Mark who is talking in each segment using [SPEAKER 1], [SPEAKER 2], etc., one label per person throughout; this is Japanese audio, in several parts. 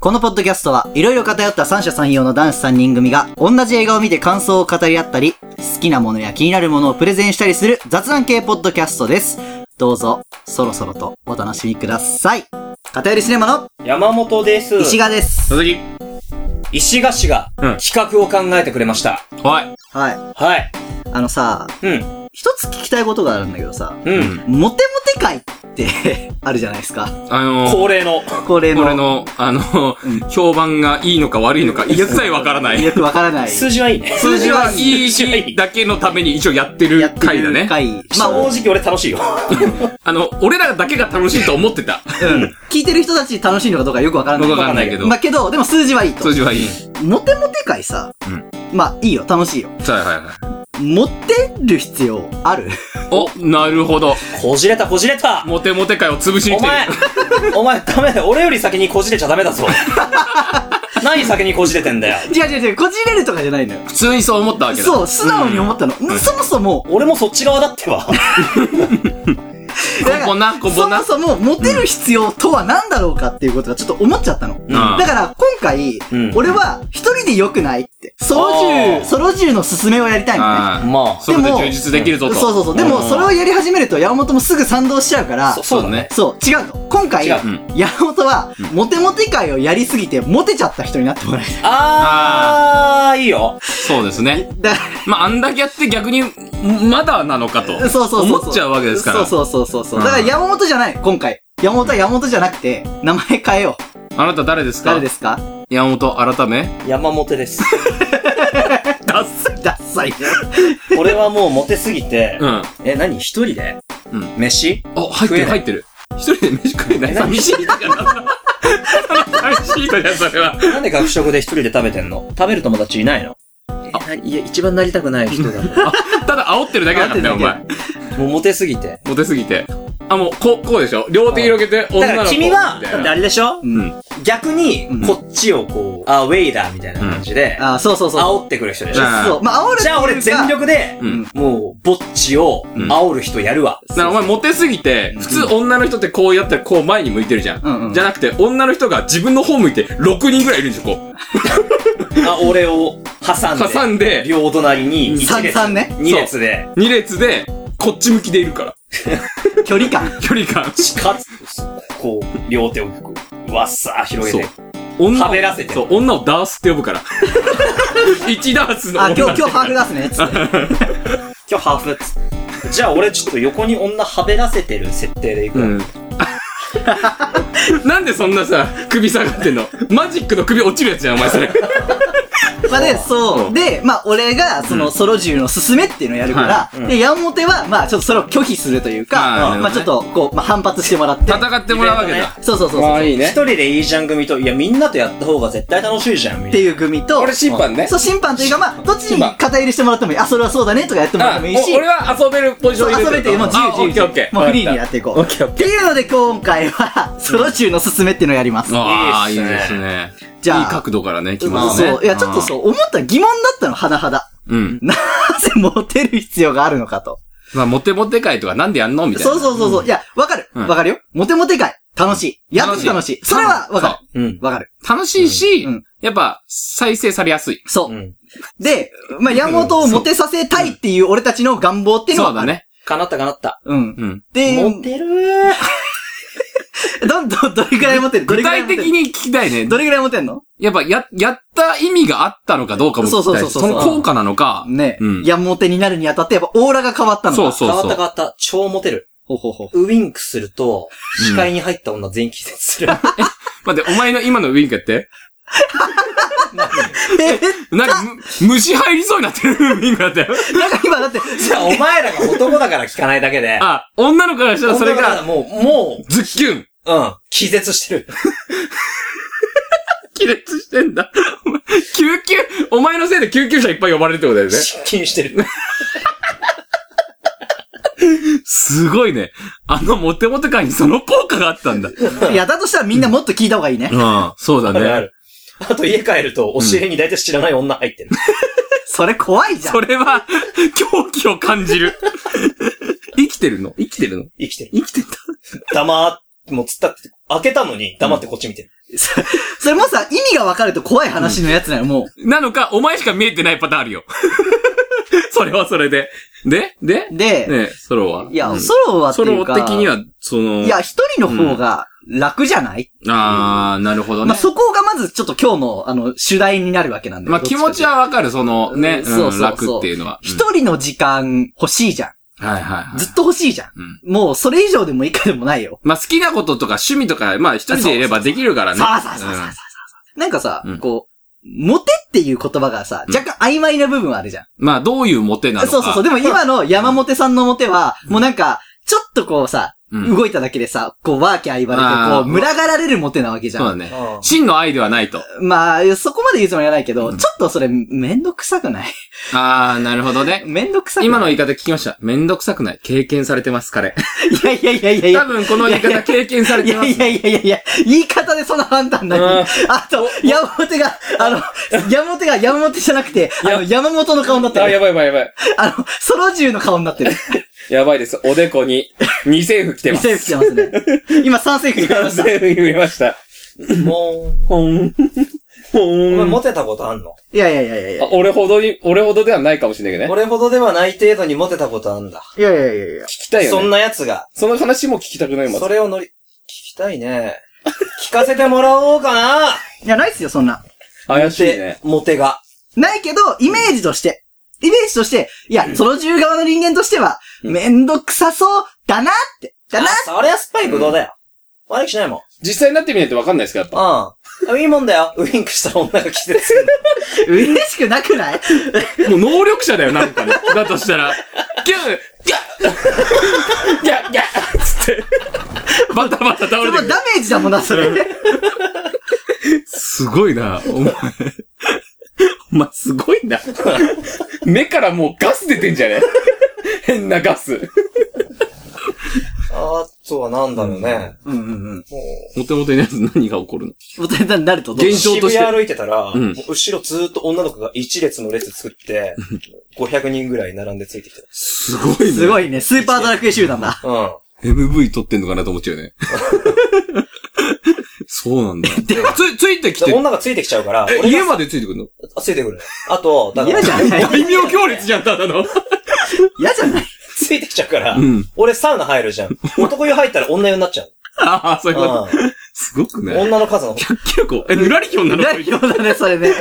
[SPEAKER 1] このポッドキャストは、いろいろ偏った三者三様の男子3人組が、同じ映画を見て感想を語り合ったり、好きなものや気になるものをプレゼンしたりする雑談系ポッドキャストです。どうぞ、そろそろとお楽しみください。偏りシネマの
[SPEAKER 2] 山本です。
[SPEAKER 1] 石
[SPEAKER 2] 賀。
[SPEAKER 1] 賀です。
[SPEAKER 3] 鈴木。
[SPEAKER 2] 石賀氏が
[SPEAKER 3] うん
[SPEAKER 2] 企画を考えてくれました。
[SPEAKER 3] はい。
[SPEAKER 1] はい。
[SPEAKER 2] はい。
[SPEAKER 1] あのさ、
[SPEAKER 2] うん。
[SPEAKER 1] 一つ聞きたいことがあるんだけどさ、
[SPEAKER 2] う。
[SPEAKER 3] うんん。
[SPEAKER 1] モテモテ会って あるじゃないですか。
[SPEAKER 3] あの、こ
[SPEAKER 2] 恒例の。
[SPEAKER 1] これの。
[SPEAKER 3] れの、あの、
[SPEAKER 1] うん
[SPEAKER 3] 評判がいいのか悪いのか一切わからない。
[SPEAKER 1] よくわからない。
[SPEAKER 2] 数字はいいね。
[SPEAKER 3] 数字はい
[SPEAKER 2] 数字はいい
[SPEAKER 3] いだけのために一応やってる
[SPEAKER 1] やって
[SPEAKER 3] 回だ
[SPEAKER 1] る
[SPEAKER 3] ね。
[SPEAKER 1] 回。ま
[SPEAKER 2] まあ、
[SPEAKER 1] あ、
[SPEAKER 2] 正直俺楽しいよ。
[SPEAKER 3] あの、俺らだけが楽しいと思ってた。
[SPEAKER 1] うん聞いてる人たち楽しいのかどうかよくわからない。
[SPEAKER 3] わかんないけど
[SPEAKER 1] まあけど、でも数字はいいと。
[SPEAKER 3] 数字はいい。
[SPEAKER 1] モテモテ会さ、
[SPEAKER 3] うん
[SPEAKER 1] まあいいよ、楽しいよ。
[SPEAKER 3] はいはいはい。
[SPEAKER 1] モテる必要ある
[SPEAKER 3] お、なるほど。
[SPEAKER 2] こじれた、こじれた。
[SPEAKER 3] モテモテ回を潰しに
[SPEAKER 2] お
[SPEAKER 3] 来てる。
[SPEAKER 2] 前、お前ダメだよ。俺より先にこじれちゃダメ だぞ。何先にこじれてんだよ。
[SPEAKER 1] 違う違う違う、こじれるとかじゃないのよ。
[SPEAKER 3] 普通にそう思ったわけだ。
[SPEAKER 1] そう、素直に思ったの。そもそも、
[SPEAKER 2] 俺もそっち側だってば。
[SPEAKER 1] だ
[SPEAKER 3] こ
[SPEAKER 1] か
[SPEAKER 3] んな、こ
[SPEAKER 1] ら
[SPEAKER 3] んな。
[SPEAKER 1] そもそもモテる必要とは何だろうかっていうことがちょっと思っちゃったの。
[SPEAKER 2] ん
[SPEAKER 1] だから今回、
[SPEAKER 2] うん
[SPEAKER 1] 俺は一人で良くないって、ソロ
[SPEAKER 2] あー
[SPEAKER 1] 銃、ソロ銃の勧めをやりたいのね。
[SPEAKER 3] ああ
[SPEAKER 2] まあ、
[SPEAKER 3] それで充実できるぞ
[SPEAKER 1] そう
[SPEAKER 3] と。
[SPEAKER 1] そうそう。でも、それをやり始めると、山本もすぐ賛同しちゃうから、
[SPEAKER 2] そ
[SPEAKER 3] そうだね。
[SPEAKER 1] そう、違うの。今回、
[SPEAKER 2] 違う
[SPEAKER 3] うん
[SPEAKER 1] 山本は、モテモテ会をやりすぎて、モテちゃった人になってもらいたい。
[SPEAKER 2] あー、いいよ。
[SPEAKER 3] そうですね。
[SPEAKER 1] だ
[SPEAKER 3] まあ、あんだけやって逆に、まだなのかと。
[SPEAKER 1] そうそうそうそう。
[SPEAKER 3] 思っちゃうわけですから。
[SPEAKER 1] そうそうそうそう。う
[SPEAKER 3] うん
[SPEAKER 1] だから山本じゃない、今回。山本は山本じゃなくて、名前変えよう。
[SPEAKER 3] あなた誰ですか
[SPEAKER 1] 誰ですか
[SPEAKER 3] 山本改め
[SPEAKER 2] 山本です。
[SPEAKER 1] ダッサい、ダッサい。
[SPEAKER 2] 俺はもうモテすぎて
[SPEAKER 3] う、ん。
[SPEAKER 2] え、何一人で
[SPEAKER 3] うん
[SPEAKER 2] 飯
[SPEAKER 3] あ、入っ
[SPEAKER 2] 食
[SPEAKER 3] て
[SPEAKER 2] え
[SPEAKER 3] る、
[SPEAKER 2] な
[SPEAKER 3] 入ってる。一人で飯食えない。
[SPEAKER 2] え何
[SPEAKER 3] 寂しいから。寂しいから、それは。
[SPEAKER 2] なんで学食で一人で食べてんの食べる友達いないの
[SPEAKER 3] あ
[SPEAKER 2] えないや、一番なりたくない人だも
[SPEAKER 3] ただ煽ってるだけだからね、
[SPEAKER 1] 煽
[SPEAKER 3] お
[SPEAKER 1] ってるだけ
[SPEAKER 2] ん
[SPEAKER 3] 前。
[SPEAKER 2] もうモテすぎて。
[SPEAKER 3] モテすぎて。あ、もう、こう、こうでしょ両手広げて、
[SPEAKER 2] だ
[SPEAKER 3] 女
[SPEAKER 2] か
[SPEAKER 3] の
[SPEAKER 2] ら
[SPEAKER 3] 子。
[SPEAKER 2] 君は、
[SPEAKER 3] みたいな
[SPEAKER 2] あれでしょ
[SPEAKER 3] うん。
[SPEAKER 2] 逆に
[SPEAKER 1] うん、
[SPEAKER 2] こっちをこう、あ、ウェイだ、みたいな感じで、
[SPEAKER 1] あ、そうそうそう。
[SPEAKER 2] 煽ってくる人でしょ
[SPEAKER 3] うん
[SPEAKER 1] そう。まあ、煽るっていうか
[SPEAKER 2] じゃあ俺全力で
[SPEAKER 3] う、ん。
[SPEAKER 2] もう、ぼっちを
[SPEAKER 3] うん
[SPEAKER 2] 煽る人やるわ。
[SPEAKER 3] だからお前モテすぎて、普通女の人ってこうやったらこう前に向いてるじゃ
[SPEAKER 1] うんうん
[SPEAKER 3] ん。じゃなくて、女の人が自分の方向いて6人ぐらいいるんですよ、こ
[SPEAKER 2] あ、俺を挟んで、
[SPEAKER 3] う。挟んで、
[SPEAKER 2] 両隣に
[SPEAKER 1] 三
[SPEAKER 2] 1列、
[SPEAKER 1] 三ね
[SPEAKER 2] 2列で、
[SPEAKER 3] 2列で、こっち向きでいるから。
[SPEAKER 1] 距離 感。
[SPEAKER 3] 距離感。
[SPEAKER 2] かつ、こう、両手をこう、わっさー広げて、
[SPEAKER 3] 女を
[SPEAKER 2] はべらせて
[SPEAKER 3] そう、女をダースって呼ぶ から。1ダースの
[SPEAKER 1] あ、
[SPEAKER 3] 女。
[SPEAKER 1] 今日、今日ハーフ出すね。つって。
[SPEAKER 2] 今日ハーフっつってじゃあ俺ちょっと横に女はべらせてる設定でいくわ、
[SPEAKER 3] うん。 なんでそんなさ、首下がってんのマジックの首落ちるやつじゃん、お前それ。
[SPEAKER 1] まあ、で、そうう。
[SPEAKER 3] ん
[SPEAKER 1] で、まあ、俺が、その、ソロ銃の勧めっていうのをやるから
[SPEAKER 2] は、いうん
[SPEAKER 1] で、山本は、まあ、ちょっとそれを拒否するというか、
[SPEAKER 3] あー
[SPEAKER 1] まあ、ちょっと、こう、まあ、反発してもらって。
[SPEAKER 3] 戦ってもらうわけだ。
[SPEAKER 1] そうそうそうそう。っ
[SPEAKER 3] い
[SPEAKER 2] 一。人でいいじゃん組と、いやみんなとやった方が絶対楽しいじゃん、み
[SPEAKER 1] て
[SPEAKER 2] たい
[SPEAKER 1] いう組と、
[SPEAKER 3] 俺審判ね。
[SPEAKER 1] そう、審判というか、まあ、どっちに肩入れしてもらってもいい。あ、それはそうだねとかやってもらっ
[SPEAKER 3] あ
[SPEAKER 1] てもいいし
[SPEAKER 3] お、俺は遊べるポジション
[SPEAKER 1] そう遊べて、もう自由自由自由。
[SPEAKER 3] オッケーオッケー。
[SPEAKER 1] もうフリーにやっていこう。
[SPEAKER 3] オッケーオッ
[SPEAKER 1] っていうので、今回は、ソロ中のすすめっていうのをやります。
[SPEAKER 3] ああ、
[SPEAKER 2] い
[SPEAKER 3] い
[SPEAKER 2] い
[SPEAKER 3] い
[SPEAKER 2] っすね
[SPEAKER 3] ですね。
[SPEAKER 1] じゃあ
[SPEAKER 3] いい角度からね、来ますね。
[SPEAKER 1] そう。いや、ちょっとそう、思った疑問だったの、はなはだ。
[SPEAKER 3] うん。うん。
[SPEAKER 1] なぜモテる必要があるのかと。
[SPEAKER 3] まあ、モテモテ会とかなんでやんのみたいな。
[SPEAKER 1] そうそうそう。そういや、わかる。
[SPEAKER 3] うん
[SPEAKER 1] わかるよ。モテモテ会。楽しい。やっと楽しい。それは、わか
[SPEAKER 2] な。うん
[SPEAKER 1] る。。わかる。
[SPEAKER 3] そう。楽しいし
[SPEAKER 1] うんうん、
[SPEAKER 3] やっぱ、再生されやすい。
[SPEAKER 1] そうう。
[SPEAKER 2] ん。
[SPEAKER 1] で、まあ、山本をモテさせたいっていう俺たちの願望っていうのは
[SPEAKER 3] そうだ。ね。
[SPEAKER 2] かなったかなった。
[SPEAKER 1] うん。
[SPEAKER 3] うん。
[SPEAKER 1] で、
[SPEAKER 2] モテるー。
[SPEAKER 1] どんどんどれくらいモテるどれ
[SPEAKER 3] 具
[SPEAKER 1] くらい
[SPEAKER 3] 体
[SPEAKER 1] モテる
[SPEAKER 3] 的に聞きたいね。
[SPEAKER 1] どれぐらいモテんの
[SPEAKER 3] やっぱ、や、やった意味があったのかどうかも聞きたいし
[SPEAKER 1] そうそうそうそう
[SPEAKER 3] その効果なのか。
[SPEAKER 1] ねえ、
[SPEAKER 3] うん
[SPEAKER 1] ヤンモテになるにあたって、やっぱオーラが変わったのか。
[SPEAKER 3] そうそう
[SPEAKER 2] 変わ
[SPEAKER 3] そ
[SPEAKER 2] った
[SPEAKER 3] う
[SPEAKER 2] 変。わった。超モテる。
[SPEAKER 1] ほうほうほう。
[SPEAKER 2] ウィンクすると、視界に入った女全員気絶する。
[SPEAKER 3] 待って、お前の今のウィンクやって。
[SPEAKER 1] え
[SPEAKER 3] なんか、む虫入りそうになってるウィンクだったよ。
[SPEAKER 1] なんか今だって、
[SPEAKER 2] じゃあお前らが男だから聞かないだけで、
[SPEAKER 3] あ、女の子からしたらそれ
[SPEAKER 2] 女だから
[SPEAKER 3] が、
[SPEAKER 2] もう、も
[SPEAKER 3] ズッキュン。
[SPEAKER 2] う、うん、気絶してる。
[SPEAKER 3] 亀裂してんだ。お前救急、お前のせいで救急車いっぱい呼ばれるってことだよね。
[SPEAKER 2] 失禁してる。
[SPEAKER 3] すごいね。あのモテモテ感にその効果があったんだ。
[SPEAKER 1] いや、だとしたらみんなもっと聞いた方がいいね。
[SPEAKER 3] うん、そうだ
[SPEAKER 2] あるあ
[SPEAKER 3] ね。
[SPEAKER 2] る。あと家帰ると、教えに大体知らない女入ってる。
[SPEAKER 1] それ怖いじゃん
[SPEAKER 3] そ。れは、狂気を感じる。 生きてるの生きてるの
[SPEAKER 2] 生きてる。
[SPEAKER 3] 生きてた
[SPEAKER 2] 黙っ、もうつったって、開けたのに黙ってこっち見てる。
[SPEAKER 1] それもさ、が分かると怖い話のやつなの、もう。
[SPEAKER 3] なのか、お前しか見えてないパターンあるよ。 それはそれで。でで
[SPEAKER 1] で、
[SPEAKER 3] ねえ、ソロは。
[SPEAKER 1] いや、
[SPEAKER 3] うん
[SPEAKER 1] ソロはって
[SPEAKER 3] ソ
[SPEAKER 1] いう
[SPEAKER 3] ロ
[SPEAKER 1] か、
[SPEAKER 3] 的には、その、
[SPEAKER 1] いや、一人の方が楽じゃない、
[SPEAKER 3] あー、なるほどね。
[SPEAKER 1] まあ、そこがまずちょっと今日の、あの、主題になるわけなんだけど。
[SPEAKER 3] まあ気持ちはわかる、その
[SPEAKER 1] う
[SPEAKER 3] ね、
[SPEAKER 1] んそうそう
[SPEAKER 3] う
[SPEAKER 1] そ
[SPEAKER 3] ん
[SPEAKER 1] う
[SPEAKER 3] 楽っていうのは。
[SPEAKER 1] 一人の時間欲しいじゃ
[SPEAKER 3] うんはいはいは
[SPEAKER 1] ん。
[SPEAKER 3] い。
[SPEAKER 1] ずっと欲しいじゃん。
[SPEAKER 3] うん
[SPEAKER 1] もう、それ以上でも以下でもないよ。
[SPEAKER 3] まあ好きなこととか趣味とか、まあ一人でいればできるからね。
[SPEAKER 1] さあさあさあさあさあさあ。なんかさ、
[SPEAKER 3] うん
[SPEAKER 1] こう、モテっていう言葉がさ、
[SPEAKER 3] うん
[SPEAKER 1] 若干曖昧な部分はあるじゃん。
[SPEAKER 3] うんまあどういうモテなのか。
[SPEAKER 1] そうそうそう。でも今の山本さんのモテは、もうなんか、ちょっとこうさ、
[SPEAKER 3] うん
[SPEAKER 1] 動いただけでさ、こう、ワーキャー言われて、
[SPEAKER 3] あー
[SPEAKER 1] こう、群がられるモテなわけじ
[SPEAKER 3] そ
[SPEAKER 1] ゃ。
[SPEAKER 3] うんだね。真の愛ではないと。
[SPEAKER 1] まあ、そこまで言うつもりはないけど、
[SPEAKER 3] うん
[SPEAKER 1] ちょっとそれ、めんどくさくない
[SPEAKER 3] あー、なるほどね。
[SPEAKER 1] めんどくさくない
[SPEAKER 3] 今の言い方聞きました。めんどくさくない。経験されてます、彼。
[SPEAKER 1] いやいやいやいやい
[SPEAKER 3] 多
[SPEAKER 1] や。
[SPEAKER 3] 分この言い方経験され
[SPEAKER 1] い
[SPEAKER 3] て
[SPEAKER 1] や
[SPEAKER 3] ま
[SPEAKER 1] い
[SPEAKER 3] す。
[SPEAKER 1] やいやいやいや、言い方でその判断なに
[SPEAKER 4] うん
[SPEAKER 1] あと、山本が、あの、山本が山本じゃなくて、あの、山本の顔になって
[SPEAKER 4] あ、
[SPEAKER 1] る。
[SPEAKER 4] やばいやばいやばい。
[SPEAKER 1] あの、ソロ銃の顔にな ってる。
[SPEAKER 4] やばいです。おでこに、二千服着てます。
[SPEAKER 1] 見せてますね。今3セーフに変えま
[SPEAKER 4] 二
[SPEAKER 1] した。
[SPEAKER 4] 千服見ました。
[SPEAKER 2] もう、
[SPEAKER 4] ほん。ほ
[SPEAKER 2] お前
[SPEAKER 4] ん。
[SPEAKER 2] モテたことあんの
[SPEAKER 1] いやいやいやいやいや
[SPEAKER 4] あ。俺ほどに、俺ほどではないかもしれないけどね。
[SPEAKER 2] 俺ほどではない程度にモテたことあんだ。
[SPEAKER 1] いやいやいやいや。
[SPEAKER 4] 聞きたいよね。
[SPEAKER 2] そんな奴が、
[SPEAKER 4] その話も聞きたくなります。
[SPEAKER 2] それを乗り、聞きたいね。聞かせてもらおうかない
[SPEAKER 1] や、ないっすよ、そんな。
[SPEAKER 4] 怪
[SPEAKER 2] モ
[SPEAKER 4] しいね
[SPEAKER 2] テ。、モテが。
[SPEAKER 1] ないけど、イメージとして。イメージとして、いや、その銃側の人間としては、めんどくさそう、だなって。だ
[SPEAKER 2] あ
[SPEAKER 1] な、
[SPEAKER 2] そりゃスパイクどうだよ。悪くしないもん。
[SPEAKER 4] 実際になってみないとわかんないですかやっぱ。
[SPEAKER 2] うん。いいもんだよ。ウィンクした女が来てる。
[SPEAKER 1] 嬉しくなく ない
[SPEAKER 3] もう能力者だよ、なんかね。だとしたら。ギューギャッギャッギャッつって。バタバタ倒
[SPEAKER 1] そ
[SPEAKER 3] れ
[SPEAKER 1] の
[SPEAKER 3] て
[SPEAKER 1] ダ
[SPEAKER 3] く
[SPEAKER 1] メ
[SPEAKER 3] る。
[SPEAKER 1] ージだもんな、それ。
[SPEAKER 3] すごいな、お前。お前すごいな。
[SPEAKER 4] 目からもうガス出てんじゃね変なガス。
[SPEAKER 2] あとはなんだろうね。
[SPEAKER 1] うんうんうん。
[SPEAKER 2] もう、
[SPEAKER 3] もともとのやつ何が起こるの
[SPEAKER 1] 大人になるとどう
[SPEAKER 3] 現象
[SPEAKER 2] 渋
[SPEAKER 3] とし
[SPEAKER 2] 谷
[SPEAKER 3] て
[SPEAKER 2] 歩いてたら、
[SPEAKER 3] うん
[SPEAKER 2] もう後ろずーっと女の子が一列の列作って、500人ぐらい並んでついてきて
[SPEAKER 3] すごいね。
[SPEAKER 1] すごいね、スーパードラクエ集団だ。
[SPEAKER 2] た。うん。
[SPEAKER 3] MV 撮ってんのかなと思っちゃうよね。 そうなんだ。 つ、ついてき
[SPEAKER 2] で
[SPEAKER 3] て、
[SPEAKER 2] 女がついてきちゃうから、
[SPEAKER 3] え
[SPEAKER 2] 俺
[SPEAKER 3] 家までついてくるの
[SPEAKER 2] あついてくる。あと、だから
[SPEAKER 1] 嫌じ、ゃない
[SPEAKER 3] 大名行列じゃん、ただの。
[SPEAKER 1] 嫌じゃない
[SPEAKER 2] ついてきちゃうから、
[SPEAKER 3] うん
[SPEAKER 2] 俺サウナ入るじゃん。男湯入ったら女湯になっちゃう。
[SPEAKER 3] ああ、そういうこと。
[SPEAKER 2] う
[SPEAKER 3] すごく
[SPEAKER 2] ん。
[SPEAKER 3] ね。
[SPEAKER 2] 女の数の方。
[SPEAKER 3] 結構、え、ぬらりひょんなの
[SPEAKER 1] 嫌よだね、それね。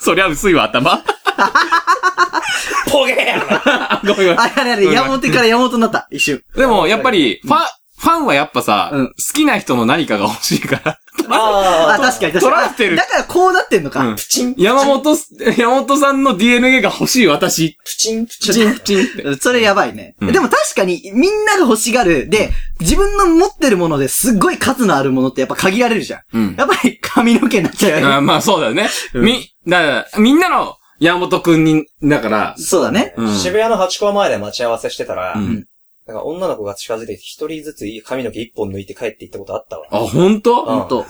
[SPEAKER 3] そりゃ薄いわ、頭。
[SPEAKER 2] ポゲーやな
[SPEAKER 3] あごめんごめん
[SPEAKER 1] あれあれ、山本から山本になった、一瞬。
[SPEAKER 3] でも、やっぱり、ファン、ファンはやっぱさ、
[SPEAKER 1] うん
[SPEAKER 3] 好きな人の何かが欲しいから。
[SPEAKER 2] あ
[SPEAKER 1] あ、
[SPEAKER 2] ー
[SPEAKER 1] 確かに確かに。
[SPEAKER 3] 取られてる
[SPEAKER 1] だからこうなってんの
[SPEAKER 3] う
[SPEAKER 1] か
[SPEAKER 3] ん。
[SPEAKER 2] プチン、プ
[SPEAKER 3] 山本す、山本さんの DNA が欲しい私。
[SPEAKER 2] チン、プ
[SPEAKER 3] プ
[SPEAKER 2] チン。
[SPEAKER 3] チンプチンって。
[SPEAKER 1] それやばいね。
[SPEAKER 3] うん
[SPEAKER 1] でも確かに、みんなが欲しがる、で、自分の持ってるものですっごい数のあるものってやっぱ限られるじゃん。
[SPEAKER 3] うん。
[SPEAKER 1] やっぱり髪の毛になっちゃうよね。
[SPEAKER 3] あまあそうだよね。
[SPEAKER 1] うん
[SPEAKER 3] み、だから、みんなの山本くんに、だから、
[SPEAKER 1] そうだね。
[SPEAKER 3] うん
[SPEAKER 2] 渋谷のハチ公前で待ち合わせしてたら、
[SPEAKER 3] うん
[SPEAKER 2] なんか女の子が近づいてきて一人ずつ髪の毛一本抜いて帰っていったことあったわ。
[SPEAKER 3] あ、ほんと
[SPEAKER 2] うん
[SPEAKER 1] ほん と。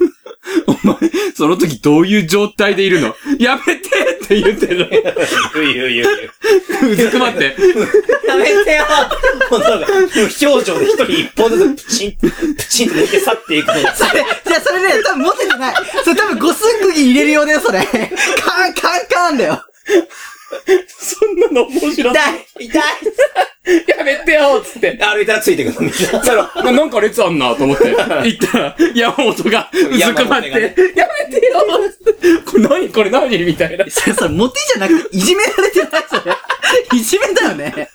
[SPEAKER 3] その時どういう状態でいるのやめてって言って る
[SPEAKER 2] ういういういう。
[SPEAKER 3] の。うずくまって。
[SPEAKER 2] やめてよもうなんか、無表情で一人一本ずつプチン、プチンって抜け去っていくのが。
[SPEAKER 1] それ、いや、それね、多分持っててない。それ多分五寸釘入れるよね、それ。カンカンカンだよ。
[SPEAKER 4] そんなの面白い。
[SPEAKER 1] 痛い痛い
[SPEAKER 4] やめてよつって。
[SPEAKER 2] 歩いたらついてくるのみんな。
[SPEAKER 3] そしたら、なんか列あんなと思って、行ったら、山本がうずくまって、
[SPEAKER 2] 山本がね
[SPEAKER 3] やめてよこれ何これ何みたいな。
[SPEAKER 1] それ、それ、モテじゃなくて、いじめられてない、それ。いじめだよね。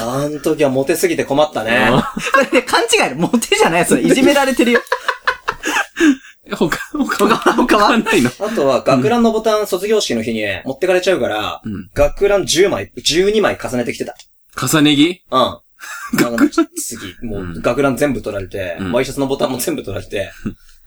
[SPEAKER 2] あの時はモテすぎて困ったね。
[SPEAKER 1] それね、勘違いだよモテじゃない、それ。いじめられてるよ。他
[SPEAKER 3] 他、他が
[SPEAKER 1] は、他
[SPEAKER 3] 変わ
[SPEAKER 1] は
[SPEAKER 3] ん。ないの。
[SPEAKER 2] あとは、学ランのボタン卒業式の日に持ってかれちゃうから、
[SPEAKER 3] ん
[SPEAKER 2] 学ラン10枚、12枚重ねてきてた。
[SPEAKER 3] 重ね着
[SPEAKER 2] うん。なんか次、も
[SPEAKER 3] う
[SPEAKER 2] う、
[SPEAKER 3] ん
[SPEAKER 2] 学ラン全部取られて、
[SPEAKER 3] うん
[SPEAKER 2] ワイシャツのボタンも全部取られて、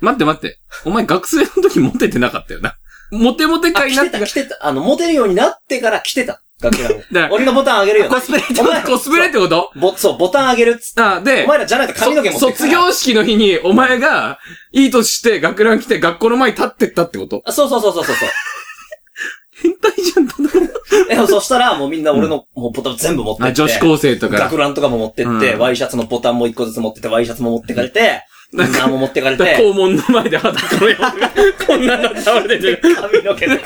[SPEAKER 3] 待って待って。お前学生の時モテてなかったよな。モテモテ
[SPEAKER 2] あ、
[SPEAKER 3] 会に
[SPEAKER 2] 来
[SPEAKER 3] なって
[SPEAKER 2] た、来てた、あの、モテるようになってから来てた。学 ラ
[SPEAKER 3] ら
[SPEAKER 2] ンを。俺のボタンあげるよ。
[SPEAKER 1] コスプレ
[SPEAKER 2] お前
[SPEAKER 3] た。コスプレってこと
[SPEAKER 2] ぼ、そう、ボタンあげるっつ
[SPEAKER 3] あ、で
[SPEAKER 2] お、前らじゃないと髪の毛持って
[SPEAKER 3] そ
[SPEAKER 2] くか
[SPEAKER 3] 卒
[SPEAKER 2] ら
[SPEAKER 3] 業式の日にお前が、いい年して学ラン来て学校の前に立ってったってこと
[SPEAKER 2] あそうそうそうそうそうそう。
[SPEAKER 3] 変態じゃん、ただの
[SPEAKER 2] え、そしたら、もうみんな俺の、もうボタン全部持ってって。
[SPEAKER 3] あ女子高生とか。
[SPEAKER 2] 学ランとかも持ってって、
[SPEAKER 3] うん
[SPEAKER 2] ワイシャツのボタンも一個ずつ持ってって、ワイシャツも持ってかれて、
[SPEAKER 3] なんか
[SPEAKER 5] 何も持ってかれて、
[SPEAKER 3] 肛門の前で裸のやつこんなの倒れてる。
[SPEAKER 5] 髪の毛で。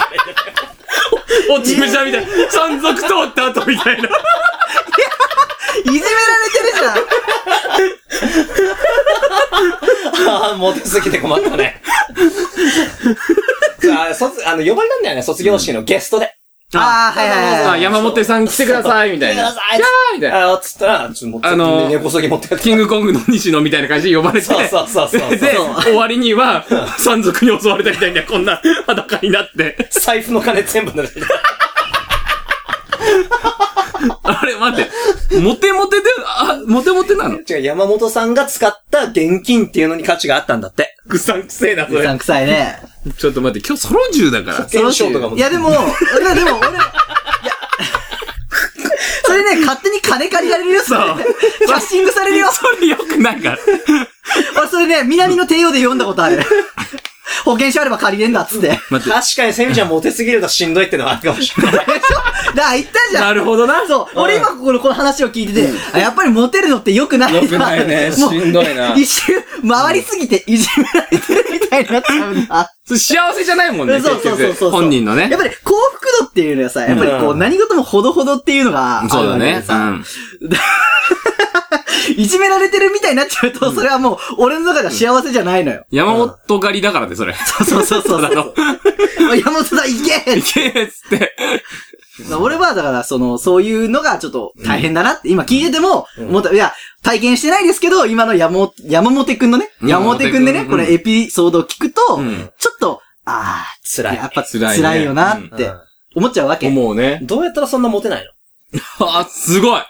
[SPEAKER 3] 落ち武者みたいな。山賊通った後みたいな。
[SPEAKER 1] いじめられてるじゃん
[SPEAKER 5] ああ、モテすぎて困った ね。あ卒あの、呼ばれたんだよね、卒業式のゲストで。
[SPEAKER 1] ああ、はいはい
[SPEAKER 3] あ
[SPEAKER 1] はい。
[SPEAKER 3] 山本さん来てください、みたい
[SPEAKER 5] 来て
[SPEAKER 3] な。キャ
[SPEAKER 5] ください
[SPEAKER 3] ーみたいな。
[SPEAKER 5] ああ、つったら、ちょっと持って、
[SPEAKER 3] あのー
[SPEAKER 5] 根こそぎ持ってかれて。
[SPEAKER 3] キングコングの西野みたいな感じで呼ばれて。
[SPEAKER 5] そうそうそうそう
[SPEAKER 3] で、終わりには、山賊に襲われたみたいな、こんな裸になって。
[SPEAKER 5] 財布の金全部濡れてた。
[SPEAKER 3] あれ、待って。モテモテで、あ、モテモテなの
[SPEAKER 5] 違う、山本さんが使った現金っていうのに価値があったんだって。
[SPEAKER 3] くさんくせえな、そう
[SPEAKER 1] さ
[SPEAKER 3] れ。
[SPEAKER 1] ん臭いね。
[SPEAKER 3] ちょっと待って、今日ソロ銃だから。
[SPEAKER 5] 保険証とかも。
[SPEAKER 1] いやでも、いやでも俺、いや、それね、勝手に金借りられるよ、それ。キャッシングされるよ。
[SPEAKER 3] それ良くないから。
[SPEAKER 1] 俺それね、南の帝王で読んだことある。保険証あれば借りれんだっつ って。でし
[SPEAKER 3] 待って。
[SPEAKER 5] 確かにセミちゃんモテすぎるとしんどいってのはあるかもしれない。
[SPEAKER 1] ょだから言ったじゃん。
[SPEAKER 3] なるほどな。
[SPEAKER 1] そう。俺今このこの話を聞いてて、あやっぱりモテるのって良くないな。
[SPEAKER 3] 良くないね
[SPEAKER 1] もう
[SPEAKER 3] しんどいな
[SPEAKER 1] 一周回りすぎていじめられてるみたいになっちゃうんだ。
[SPEAKER 3] それ幸せじゃないもんね、
[SPEAKER 1] そうそうそう
[SPEAKER 3] 結
[SPEAKER 1] そう。
[SPEAKER 3] 局本人のね
[SPEAKER 1] やっ。ぱり幸福度っていうのはさ、やっぱりこう、
[SPEAKER 5] うん
[SPEAKER 1] 何事もほどほどっていうのがある
[SPEAKER 3] そうだ
[SPEAKER 1] わけで
[SPEAKER 3] ね。う
[SPEAKER 1] さ、
[SPEAKER 3] ん。
[SPEAKER 1] いじめられてるみたいになっちゃうと、それはもう、俺の中では幸せじゃないのよ。
[SPEAKER 3] 山本狩りだから ね、それ。
[SPEAKER 1] そうそうそうそう。
[SPEAKER 3] の。
[SPEAKER 1] お い山本さん行け
[SPEAKER 3] い けーっつって。
[SPEAKER 1] 俺はだから、その、そういうのがちょっと大変だなって、今聞いてても、思った、いや、体験してないですけど、今の山本、山本くんのね、
[SPEAKER 3] うん
[SPEAKER 1] 山本くんでね、
[SPEAKER 3] 山本くん
[SPEAKER 1] これエピソードを聞くと、
[SPEAKER 3] うん
[SPEAKER 1] ちょっと、ああ、
[SPEAKER 5] 辛い
[SPEAKER 1] やっぱ
[SPEAKER 3] 辛いね
[SPEAKER 1] 辛いよなって思っちゃうわけ。
[SPEAKER 3] 思うね。
[SPEAKER 5] どうやったらそんなモテないの
[SPEAKER 3] あ、すごい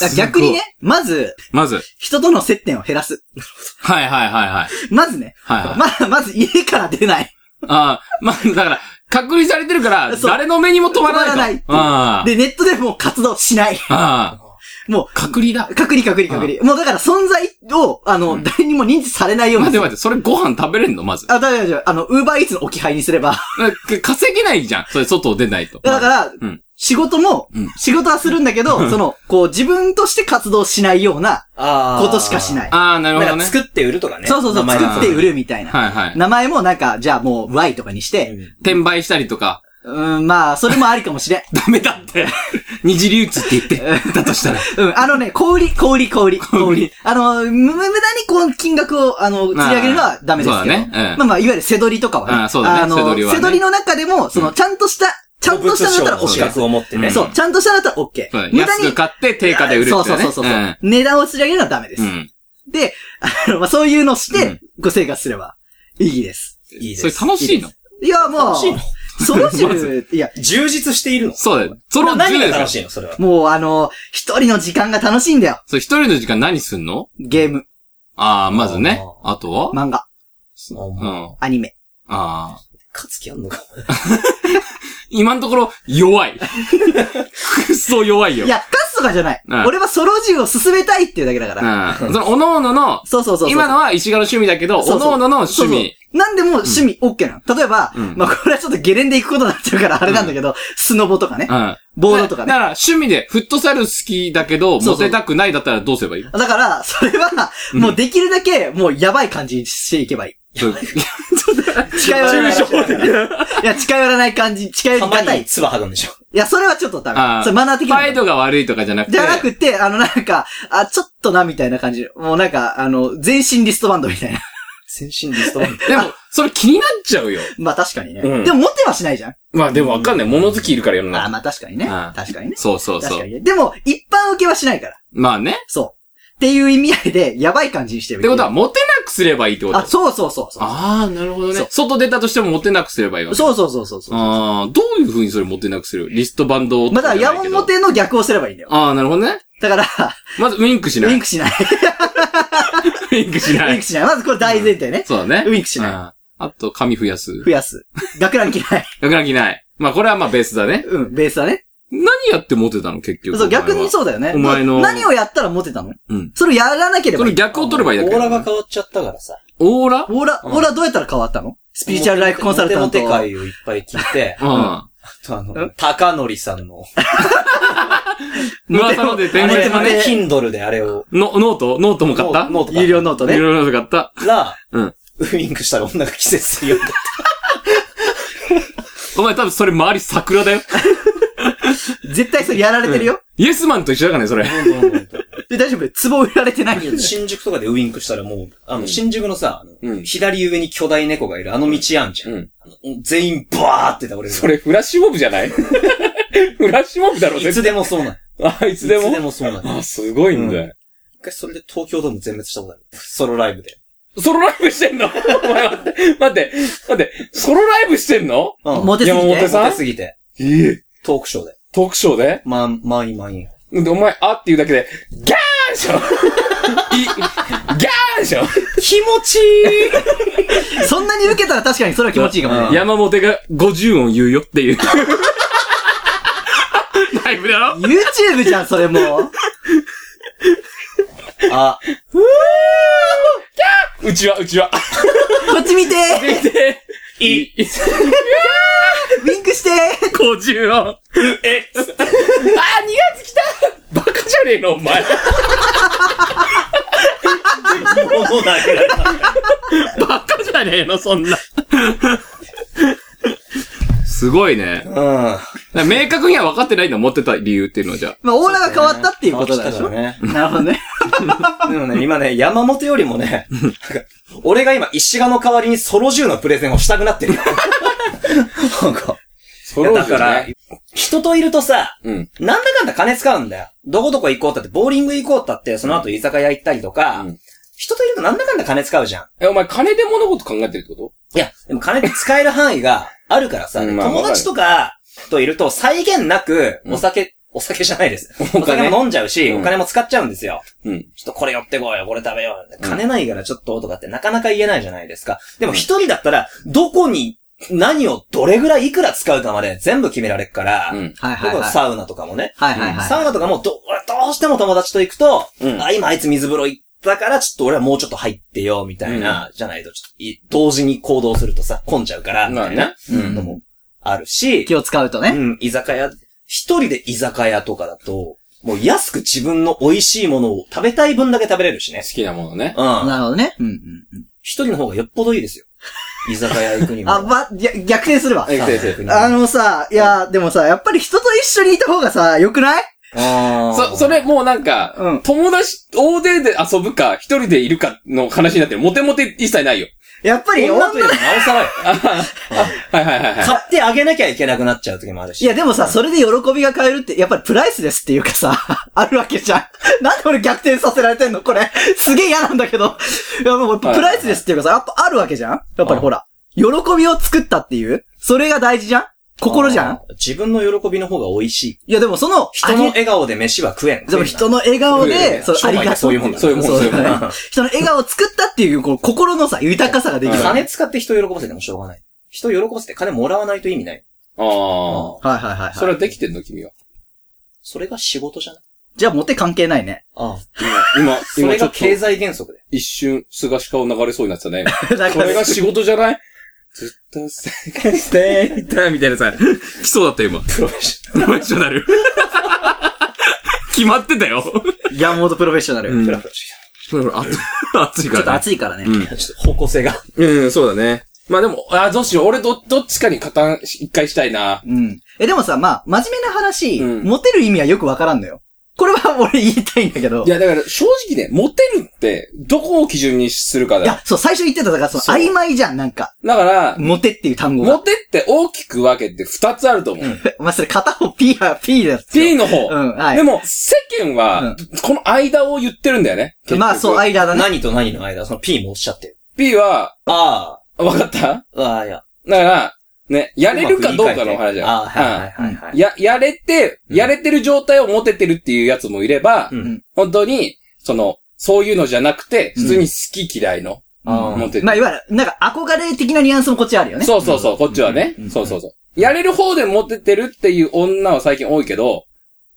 [SPEAKER 1] だから逆に。ね、まず、
[SPEAKER 3] すごいまず。
[SPEAKER 1] 人との接点を減らす。
[SPEAKER 3] はいはいはいはい。
[SPEAKER 1] まずね、
[SPEAKER 3] はいはい。
[SPEAKER 1] ま、まず家から出ない。
[SPEAKER 3] あーまあ、だから、隔離されてるから、
[SPEAKER 1] そう
[SPEAKER 3] 誰の目にも止まら
[SPEAKER 1] 止まらな
[SPEAKER 3] ないい
[SPEAKER 1] ってい
[SPEAKER 3] と。
[SPEAKER 1] う
[SPEAKER 3] あー
[SPEAKER 1] で、ネットでもう活動しない。
[SPEAKER 3] あ
[SPEAKER 1] も
[SPEAKER 3] ー。隔離だ
[SPEAKER 1] う、。隔離隔離隔離。もうだから存在を、あの、誰にも認知されないよう
[SPEAKER 3] 待っ
[SPEAKER 1] に
[SPEAKER 3] て。待って、それご飯食べれんのまず。
[SPEAKER 1] あ、大丈夫大丈夫。あの、ウーバーイーツの置き配にすれば。
[SPEAKER 3] か稼げないじゃん。それ外を出ないと。
[SPEAKER 1] だから
[SPEAKER 3] うん、
[SPEAKER 1] 仕事も
[SPEAKER 3] うん、
[SPEAKER 1] 仕事はするんだけど、その、こう、自分として活動しないような
[SPEAKER 5] あ
[SPEAKER 1] ことしかし
[SPEAKER 5] い。
[SPEAKER 1] ない。
[SPEAKER 3] ああ、なるほ
[SPEAKER 5] な
[SPEAKER 3] ど
[SPEAKER 5] んか
[SPEAKER 3] ね。
[SPEAKER 5] 作って売るとかね。
[SPEAKER 1] そうそうそう、
[SPEAKER 5] 名前
[SPEAKER 1] 作って売るみたいな。
[SPEAKER 3] はいはい。
[SPEAKER 1] 名前もなんか、じゃあもう、Y とかにして、
[SPEAKER 3] 転売したりとか。
[SPEAKER 1] うん、まあ、それもありかもしれん。
[SPEAKER 3] ダメだって。二次流通って言って。だと したら。
[SPEAKER 1] うん、あのね、小売り、小売り、小売り、小売り。あの、む無駄にこの金額を、あの、釣り上げるのはダメですけど。
[SPEAKER 3] そうだねうん
[SPEAKER 1] まあまあ、いわゆる背取りとかはね。
[SPEAKER 3] あそうだね
[SPEAKER 1] あの、
[SPEAKER 3] 背取りはね
[SPEAKER 1] 背取りの中でも、その、ちゃんとした、ちゃんとしたのだったら
[SPEAKER 5] お資
[SPEAKER 1] OK。
[SPEAKER 5] 格を持ってね。
[SPEAKER 1] そう、ちゃんとしたのだったら OK
[SPEAKER 3] そう。
[SPEAKER 1] 無駄
[SPEAKER 3] 安
[SPEAKER 1] に
[SPEAKER 3] く、買って、定価で売るっていね。
[SPEAKER 1] そうそうそうそう。値段を釣り上げるのはダメです
[SPEAKER 3] う。ん。
[SPEAKER 1] で、あの、まあ、そういうのをし
[SPEAKER 3] う
[SPEAKER 1] て
[SPEAKER 3] ん、
[SPEAKER 1] ご生活すれば、いいです。
[SPEAKER 5] いい
[SPEAKER 3] そ
[SPEAKER 5] で
[SPEAKER 3] れ
[SPEAKER 5] す。
[SPEAKER 3] 楽しいの
[SPEAKER 1] いや、もう
[SPEAKER 5] 楽しいの、
[SPEAKER 1] ソロジ
[SPEAKER 3] ま
[SPEAKER 1] ュいや、
[SPEAKER 5] 充実しているの
[SPEAKER 3] そうだよ。その
[SPEAKER 5] 何
[SPEAKER 3] 10
[SPEAKER 5] が
[SPEAKER 3] で
[SPEAKER 5] 楽
[SPEAKER 3] す
[SPEAKER 5] し
[SPEAKER 3] よ。
[SPEAKER 5] いのそれは。
[SPEAKER 1] もうあの、一人の時間が楽しいんだよ。
[SPEAKER 3] それ一人の時間何すんの
[SPEAKER 1] ゲーム、
[SPEAKER 3] ああ、まずね。
[SPEAKER 5] あ
[SPEAKER 3] あとは
[SPEAKER 1] 漫画、
[SPEAKER 3] う
[SPEAKER 5] あ、
[SPEAKER 3] ん。あ
[SPEAKER 1] アニメ。
[SPEAKER 3] あー。
[SPEAKER 5] 勝つ気あんのか。
[SPEAKER 3] 今のところ、弱い。くっそ弱いよ。
[SPEAKER 1] いや、カスとかじゃない。
[SPEAKER 3] うん
[SPEAKER 1] 俺はソロジュを進めたいっていうだけだから。
[SPEAKER 3] うん。その、おのおのの、
[SPEAKER 1] そうそうそうそう。
[SPEAKER 3] 今のは石川の趣味だけど、
[SPEAKER 1] そう
[SPEAKER 3] お
[SPEAKER 1] そう
[SPEAKER 3] のおのの趣味。
[SPEAKER 1] そうそうなんでも趣味 OK なの。例えば、
[SPEAKER 3] うん
[SPEAKER 1] まあこれはちょっとゲレンデ行くことになっちゃうからあれなんだけど、スノボとかね
[SPEAKER 3] う。ん。
[SPEAKER 1] ボードとか
[SPEAKER 3] だ
[SPEAKER 1] ね。
[SPEAKER 3] から、趣味で、フットサル好きだけ
[SPEAKER 1] そ
[SPEAKER 3] ど、
[SPEAKER 1] うそう
[SPEAKER 3] モテたくないだったらどうすればいい
[SPEAKER 1] だから、それは、もうできるだけ、もうやばい感じにしていけばいい。
[SPEAKER 3] そう
[SPEAKER 5] 抽
[SPEAKER 1] 近寄らない。
[SPEAKER 5] 象
[SPEAKER 1] いや、近寄らない感じ、近寄り
[SPEAKER 5] たま
[SPEAKER 1] がたい
[SPEAKER 5] に。唾吐くんでしょ。
[SPEAKER 1] いや、それはちょっとダ
[SPEAKER 3] あ
[SPEAKER 1] メ。
[SPEAKER 3] ー
[SPEAKER 1] それマナー的
[SPEAKER 3] 態
[SPEAKER 1] に。
[SPEAKER 3] 度が悪いとかじゃなくて。
[SPEAKER 1] じゃなくて、あの、なんか、あ、ちょっとな、みたいな感じ。もうなんか、あの、全身リストバンドみたいな。
[SPEAKER 5] 先進リストバンド。
[SPEAKER 3] でも、それ気になっちゃうよ。
[SPEAKER 1] まあ確かにね。
[SPEAKER 3] うん
[SPEAKER 1] でも持ってはしないじゃん。
[SPEAKER 3] まあでもわかんない。物好きいるから世の
[SPEAKER 1] あ、
[SPEAKER 3] 中。
[SPEAKER 1] まあ確かにね
[SPEAKER 3] うん。
[SPEAKER 1] 確かにね。
[SPEAKER 3] そうそう
[SPEAKER 1] 確
[SPEAKER 3] そ
[SPEAKER 1] か
[SPEAKER 3] う。
[SPEAKER 1] にね。でも、一般受けはしないから。
[SPEAKER 3] まあね。
[SPEAKER 1] そう。っていう意味合いで、やばい感じにしてる。
[SPEAKER 3] ってことは、モテなくすればいいってこと
[SPEAKER 1] あ、そうそうそうそう。
[SPEAKER 3] ああ、なるほど
[SPEAKER 1] そう
[SPEAKER 3] ね。外出たとしてもモテなくすればいいわけ。
[SPEAKER 1] そうそうそうそうそう。
[SPEAKER 3] ああ、どういう風にそれモテなくするリストバンドを。
[SPEAKER 1] まあだから、山本。の逆をすればいいんだよ。
[SPEAKER 3] ああ、なるほどね。
[SPEAKER 1] だから、
[SPEAKER 3] まずウィンクし
[SPEAKER 1] ウ
[SPEAKER 3] な
[SPEAKER 1] ィ
[SPEAKER 3] い。
[SPEAKER 1] ン
[SPEAKER 3] ウ
[SPEAKER 1] クしない。
[SPEAKER 3] ィンクし
[SPEAKER 1] ウ
[SPEAKER 3] な
[SPEAKER 1] ィン
[SPEAKER 3] い
[SPEAKER 1] ク。しない。まずこれ大前提ね。
[SPEAKER 3] そうだね。
[SPEAKER 1] ウィンクしない
[SPEAKER 3] い。あと、髪増やす。
[SPEAKER 1] 増やす。学ラン嫌い。
[SPEAKER 3] なくなきない。まあ、これはまあベースだね。
[SPEAKER 1] うん、ベースだね。
[SPEAKER 3] 何やってモテたの結局。
[SPEAKER 1] そう、
[SPEAKER 3] お前は
[SPEAKER 1] 逆にそうだよね。
[SPEAKER 3] お前の
[SPEAKER 1] な何をやったらモテたの
[SPEAKER 3] うん
[SPEAKER 1] それをやらなければ
[SPEAKER 3] そ
[SPEAKER 1] い
[SPEAKER 3] の
[SPEAKER 1] い。
[SPEAKER 3] 逆を取ればいいだ
[SPEAKER 5] オ
[SPEAKER 3] け。
[SPEAKER 5] ーラが変わっちゃったからさ。
[SPEAKER 3] オーラ
[SPEAKER 1] オーラ、オーラどうやったら変わったのスピリチュアルライフコンサルタント。
[SPEAKER 5] モテモテ会をいっぱい聞いて、あ
[SPEAKER 3] うん。
[SPEAKER 5] とあの、高則さんの、
[SPEAKER 3] 噂ので
[SPEAKER 2] あ
[SPEAKER 3] 天
[SPEAKER 2] れ
[SPEAKER 3] 才
[SPEAKER 2] ま
[SPEAKER 3] ま
[SPEAKER 2] ね、
[SPEAKER 3] で。
[SPEAKER 2] Kindle であれを。
[SPEAKER 3] の、ノートノートも買った
[SPEAKER 2] ノート
[SPEAKER 1] 有料ノート
[SPEAKER 3] 有
[SPEAKER 1] ね。
[SPEAKER 3] 料ノート買った。
[SPEAKER 2] が、
[SPEAKER 3] うん。
[SPEAKER 2] ウインクしたら女が季節するよ。
[SPEAKER 3] お前多分それ周り桜だよ。
[SPEAKER 1] 絶対それやられてるよ。
[SPEAKER 3] イエスマンと一緒だからね、それ。
[SPEAKER 1] え大丈夫壺売られてないよね。
[SPEAKER 2] 新宿とかでウインクしたらもう、あの、新宿のさ、あの
[SPEAKER 3] うん
[SPEAKER 2] 左上に巨大猫がいるあの道あんじゃん。
[SPEAKER 3] うん
[SPEAKER 2] あの全員バーって倒れる。
[SPEAKER 3] それフラッシュモブじゃない フラッシュモブだろ、
[SPEAKER 2] い
[SPEAKER 3] 絶
[SPEAKER 2] つでもそうなん。い
[SPEAKER 3] 対。あ、いつ
[SPEAKER 2] つ
[SPEAKER 3] でも
[SPEAKER 2] でもそうなん。
[SPEAKER 3] あ、すごいんだよ。
[SPEAKER 2] 一回それで東京ドーム全滅したことある。ソロライブで。
[SPEAKER 3] ソロライブしてんの お前待って、待って、待って、ソロライブしてんの
[SPEAKER 2] うん。
[SPEAKER 1] モテすぎ
[SPEAKER 3] いやモテ
[SPEAKER 1] て
[SPEAKER 3] す。さん
[SPEAKER 2] モテすぎて。
[SPEAKER 3] ええ。
[SPEAKER 2] トークショーで。
[SPEAKER 3] トークショーで
[SPEAKER 2] まん、満員満員。
[SPEAKER 3] で、お前、あって言うだけで、ギャーンで しょい、ギャーンでしょ
[SPEAKER 2] 気持ちいい
[SPEAKER 1] そんなに受けたら確かにそれは気持ちいいかもね。
[SPEAKER 3] 山本が50音言うよっていう。 ライブだろ
[SPEAKER 1] YouTube じゃん、それもう。
[SPEAKER 2] あ、
[SPEAKER 3] うちは、うちは。
[SPEAKER 1] こっち見て
[SPEAKER 3] で、い、
[SPEAKER 1] ウィンクして
[SPEAKER 3] 50音。え、つ ってあー、2月来たバカじゃねえの、お前。
[SPEAKER 5] 物投げられた。
[SPEAKER 3] バカじゃねえの、そんな。すごいね。
[SPEAKER 2] うん。
[SPEAKER 3] 明確には分かってないんだ、持ってた理由っていうのはじゃあ。
[SPEAKER 1] まあ、オーナーが変わったっていうことなんでし
[SPEAKER 2] だ
[SPEAKER 1] ょ、
[SPEAKER 2] よね。
[SPEAKER 1] なるほどね。
[SPEAKER 2] でもね、今ね、山本よりもね、なんか俺が今、石賀の代わりにソロ銃のプレゼンをしたくなってるよ。なんか、
[SPEAKER 3] そ
[SPEAKER 2] だから、人といるとさ、
[SPEAKER 3] うん。
[SPEAKER 2] なんだかんだ金使うんだよ。どこどこ行こうったって、ボーリング行こうったって、その後居酒屋行ったりとか、
[SPEAKER 3] うん
[SPEAKER 2] 人といるとなんだかんだ金使うじゃん。
[SPEAKER 3] え、お前金で物事考えてるってこ
[SPEAKER 2] いや、でも金って使える範囲があるからさ、
[SPEAKER 3] うんまあ
[SPEAKER 2] 友達とかといると際限なく、お酒、お酒じゃない です。お
[SPEAKER 3] 金
[SPEAKER 2] 酒も飲んじゃうし、
[SPEAKER 3] うん
[SPEAKER 2] お金も使っちゃうんですよ。
[SPEAKER 3] とうん。
[SPEAKER 2] ちょっとこれ寄ってこいよ、これ食べよう。金ないからちょっととかってなかなか言えないじゃないですか。でも一人だったら、どこに、何をどれぐらいいくら使うかまで全部決められっから、
[SPEAKER 3] うん。
[SPEAKER 1] はいはい
[SPEAKER 2] 僕は
[SPEAKER 1] はい。
[SPEAKER 2] サウナとかもね。
[SPEAKER 1] はいはいはい
[SPEAKER 2] サウナとかもど、どうしても友達と行くと、
[SPEAKER 3] うん
[SPEAKER 2] あ、今あいつ水風呂行ったから、ちょっと俺はもうちょっと入ってよ、みたいな、じゃないと、ちょっとい、同時に行動するとさ、混んじゃうから、み
[SPEAKER 3] まあ
[SPEAKER 2] た
[SPEAKER 3] ね
[SPEAKER 2] いな
[SPEAKER 1] うん
[SPEAKER 2] のもあるし、
[SPEAKER 1] 気を使うと
[SPEAKER 2] う
[SPEAKER 1] ね。
[SPEAKER 2] ん、居酒屋、一人で居酒屋とかだと、もう安く自分の美味しいものを食べたい分だけ食べれるしね
[SPEAKER 3] 好。きなものね。
[SPEAKER 2] うん。
[SPEAKER 1] なるほどね。うんうん
[SPEAKER 2] 一人の方がよっぽどいいですよ。居酒屋行くに
[SPEAKER 1] うん。
[SPEAKER 2] も。
[SPEAKER 1] あ、ば、いや逆転するわ。
[SPEAKER 3] え先生
[SPEAKER 1] あのさ、いや、でもさ、やっぱり人と一緒にいた方がさ、良くない
[SPEAKER 3] そ、それもうなんか、
[SPEAKER 1] うん
[SPEAKER 3] 友達、大勢で遊ぶか、一人でいるかの話になってる。モテモテ一切ないよ。
[SPEAKER 1] やっぱり
[SPEAKER 2] 女
[SPEAKER 1] 女
[SPEAKER 2] というの
[SPEAKER 1] の、
[SPEAKER 2] はなおさらよ。
[SPEAKER 3] はいはいはいはい。
[SPEAKER 2] 買ってあげなきゃいけなくなっちゃう時もあるし。
[SPEAKER 1] いやでもさ、それで喜びが変えるって、やっぱりプライスですっていうかさ、 あるわけじゃん。 なんで俺逆転させられてんのこれ、すげえ嫌なんだけど。いやもうプライスですっていうかさ、やっぱあるわけじゃんやっぱりほら、喜びを作ったっていう、それが大事じゃん心じゃん
[SPEAKER 2] あー自分の喜びの方が美味しい。
[SPEAKER 1] いやでもその、
[SPEAKER 2] 人の笑顔で飯は食えん。
[SPEAKER 1] でも人の笑顔
[SPEAKER 3] そうだよ
[SPEAKER 1] で、
[SPEAKER 3] ね
[SPEAKER 1] その
[SPEAKER 2] 商
[SPEAKER 1] あ
[SPEAKER 2] 売
[SPEAKER 1] りがと
[SPEAKER 2] そういうもんだ
[SPEAKER 1] って
[SPEAKER 3] そういうもんそういうもん
[SPEAKER 1] だね 人の笑顔を作ったっていう、こう、心のさ、豊かさができ
[SPEAKER 2] 食えん
[SPEAKER 1] る。
[SPEAKER 2] な
[SPEAKER 1] はい
[SPEAKER 2] 金使って人喜ばせてもしょうがない。人喜ばせて金もらわないと意味ない。
[SPEAKER 3] ああ。
[SPEAKER 1] はいはいはい。
[SPEAKER 3] それはできてんの君は。
[SPEAKER 2] それが仕事じゃない
[SPEAKER 1] じゃあモテ関係ないね。
[SPEAKER 2] ああ。
[SPEAKER 3] 今、
[SPEAKER 2] そ
[SPEAKER 3] 今
[SPEAKER 2] れ
[SPEAKER 3] ちょ
[SPEAKER 2] が
[SPEAKER 3] っと
[SPEAKER 2] 経済原則で。
[SPEAKER 3] 一瞬、菅氏顔流れそうになってたね。
[SPEAKER 1] だ
[SPEAKER 3] そ
[SPEAKER 1] か
[SPEAKER 3] れ
[SPEAKER 1] ら
[SPEAKER 3] が、仕事じゃないずっと探していたみたいなさ、来そうだったよ今。
[SPEAKER 2] プロフェッシ
[SPEAKER 3] プロフェッショナル。 決まってたよ。
[SPEAKER 1] 山本プロフェッショナル。
[SPEAKER 3] うん
[SPEAKER 2] ョナル。プロフェッシ
[SPEAKER 3] ほらほら熱
[SPEAKER 1] ち
[SPEAKER 3] い熱い
[SPEAKER 1] ょっと
[SPEAKER 3] からね。
[SPEAKER 1] 暑いからね。
[SPEAKER 3] うん
[SPEAKER 2] ョナルちょっと方向性が。
[SPEAKER 3] うん、そうだね。まあでも、あ、どうしよう。俺ど、どっちかに加担し、一回したいな。
[SPEAKER 1] うん。え、でもさ、まあ、真面目な話、
[SPEAKER 3] うん
[SPEAKER 1] モテる意味はよくわからんのよ。これは 俺言いたいんだけど。
[SPEAKER 3] いや、だから、正直ね、モテるって、どこを基準にするか
[SPEAKER 1] い
[SPEAKER 3] だよ
[SPEAKER 1] や、。そう、最初言ってただから、その、
[SPEAKER 3] そう
[SPEAKER 1] 曖昧じゃん、なんか。
[SPEAKER 3] だから、
[SPEAKER 1] モテっていう単語
[SPEAKER 3] モ
[SPEAKER 1] が。
[SPEAKER 3] テって大きく分けて二つあると思う。
[SPEAKER 1] まあ、それ片方 P は P だよ。
[SPEAKER 3] P の方。
[SPEAKER 1] うん、はい。
[SPEAKER 3] でも、世間は、この間を言ってるんだよね。
[SPEAKER 1] まあ、そう、
[SPEAKER 3] 結
[SPEAKER 1] 間
[SPEAKER 3] 局。
[SPEAKER 1] だね。
[SPEAKER 2] 何と何の間、その P もおっしゃってる。
[SPEAKER 3] P は、
[SPEAKER 2] あ
[SPEAKER 3] わかった
[SPEAKER 2] あ。ああ、いや。
[SPEAKER 3] だから、ね、やれるかどうかの話だよ。
[SPEAKER 2] ああ、はいはいはいは
[SPEAKER 3] うん
[SPEAKER 2] い。
[SPEAKER 3] や、やれて、
[SPEAKER 2] うん
[SPEAKER 3] やれてる状態をモテてるっていうやつもいれば、
[SPEAKER 2] うん。
[SPEAKER 3] 本当に、その、そういうのじゃなくて、普通に好き嫌いの、
[SPEAKER 2] あ
[SPEAKER 3] モテてる
[SPEAKER 1] まあ、いわゆる、なんか憧れ的なニュアンスもこっちあるよね。
[SPEAKER 3] そうそうそう、こっちはね。そうそうそう。やれる方でモテてるっていう女は最近多いけど、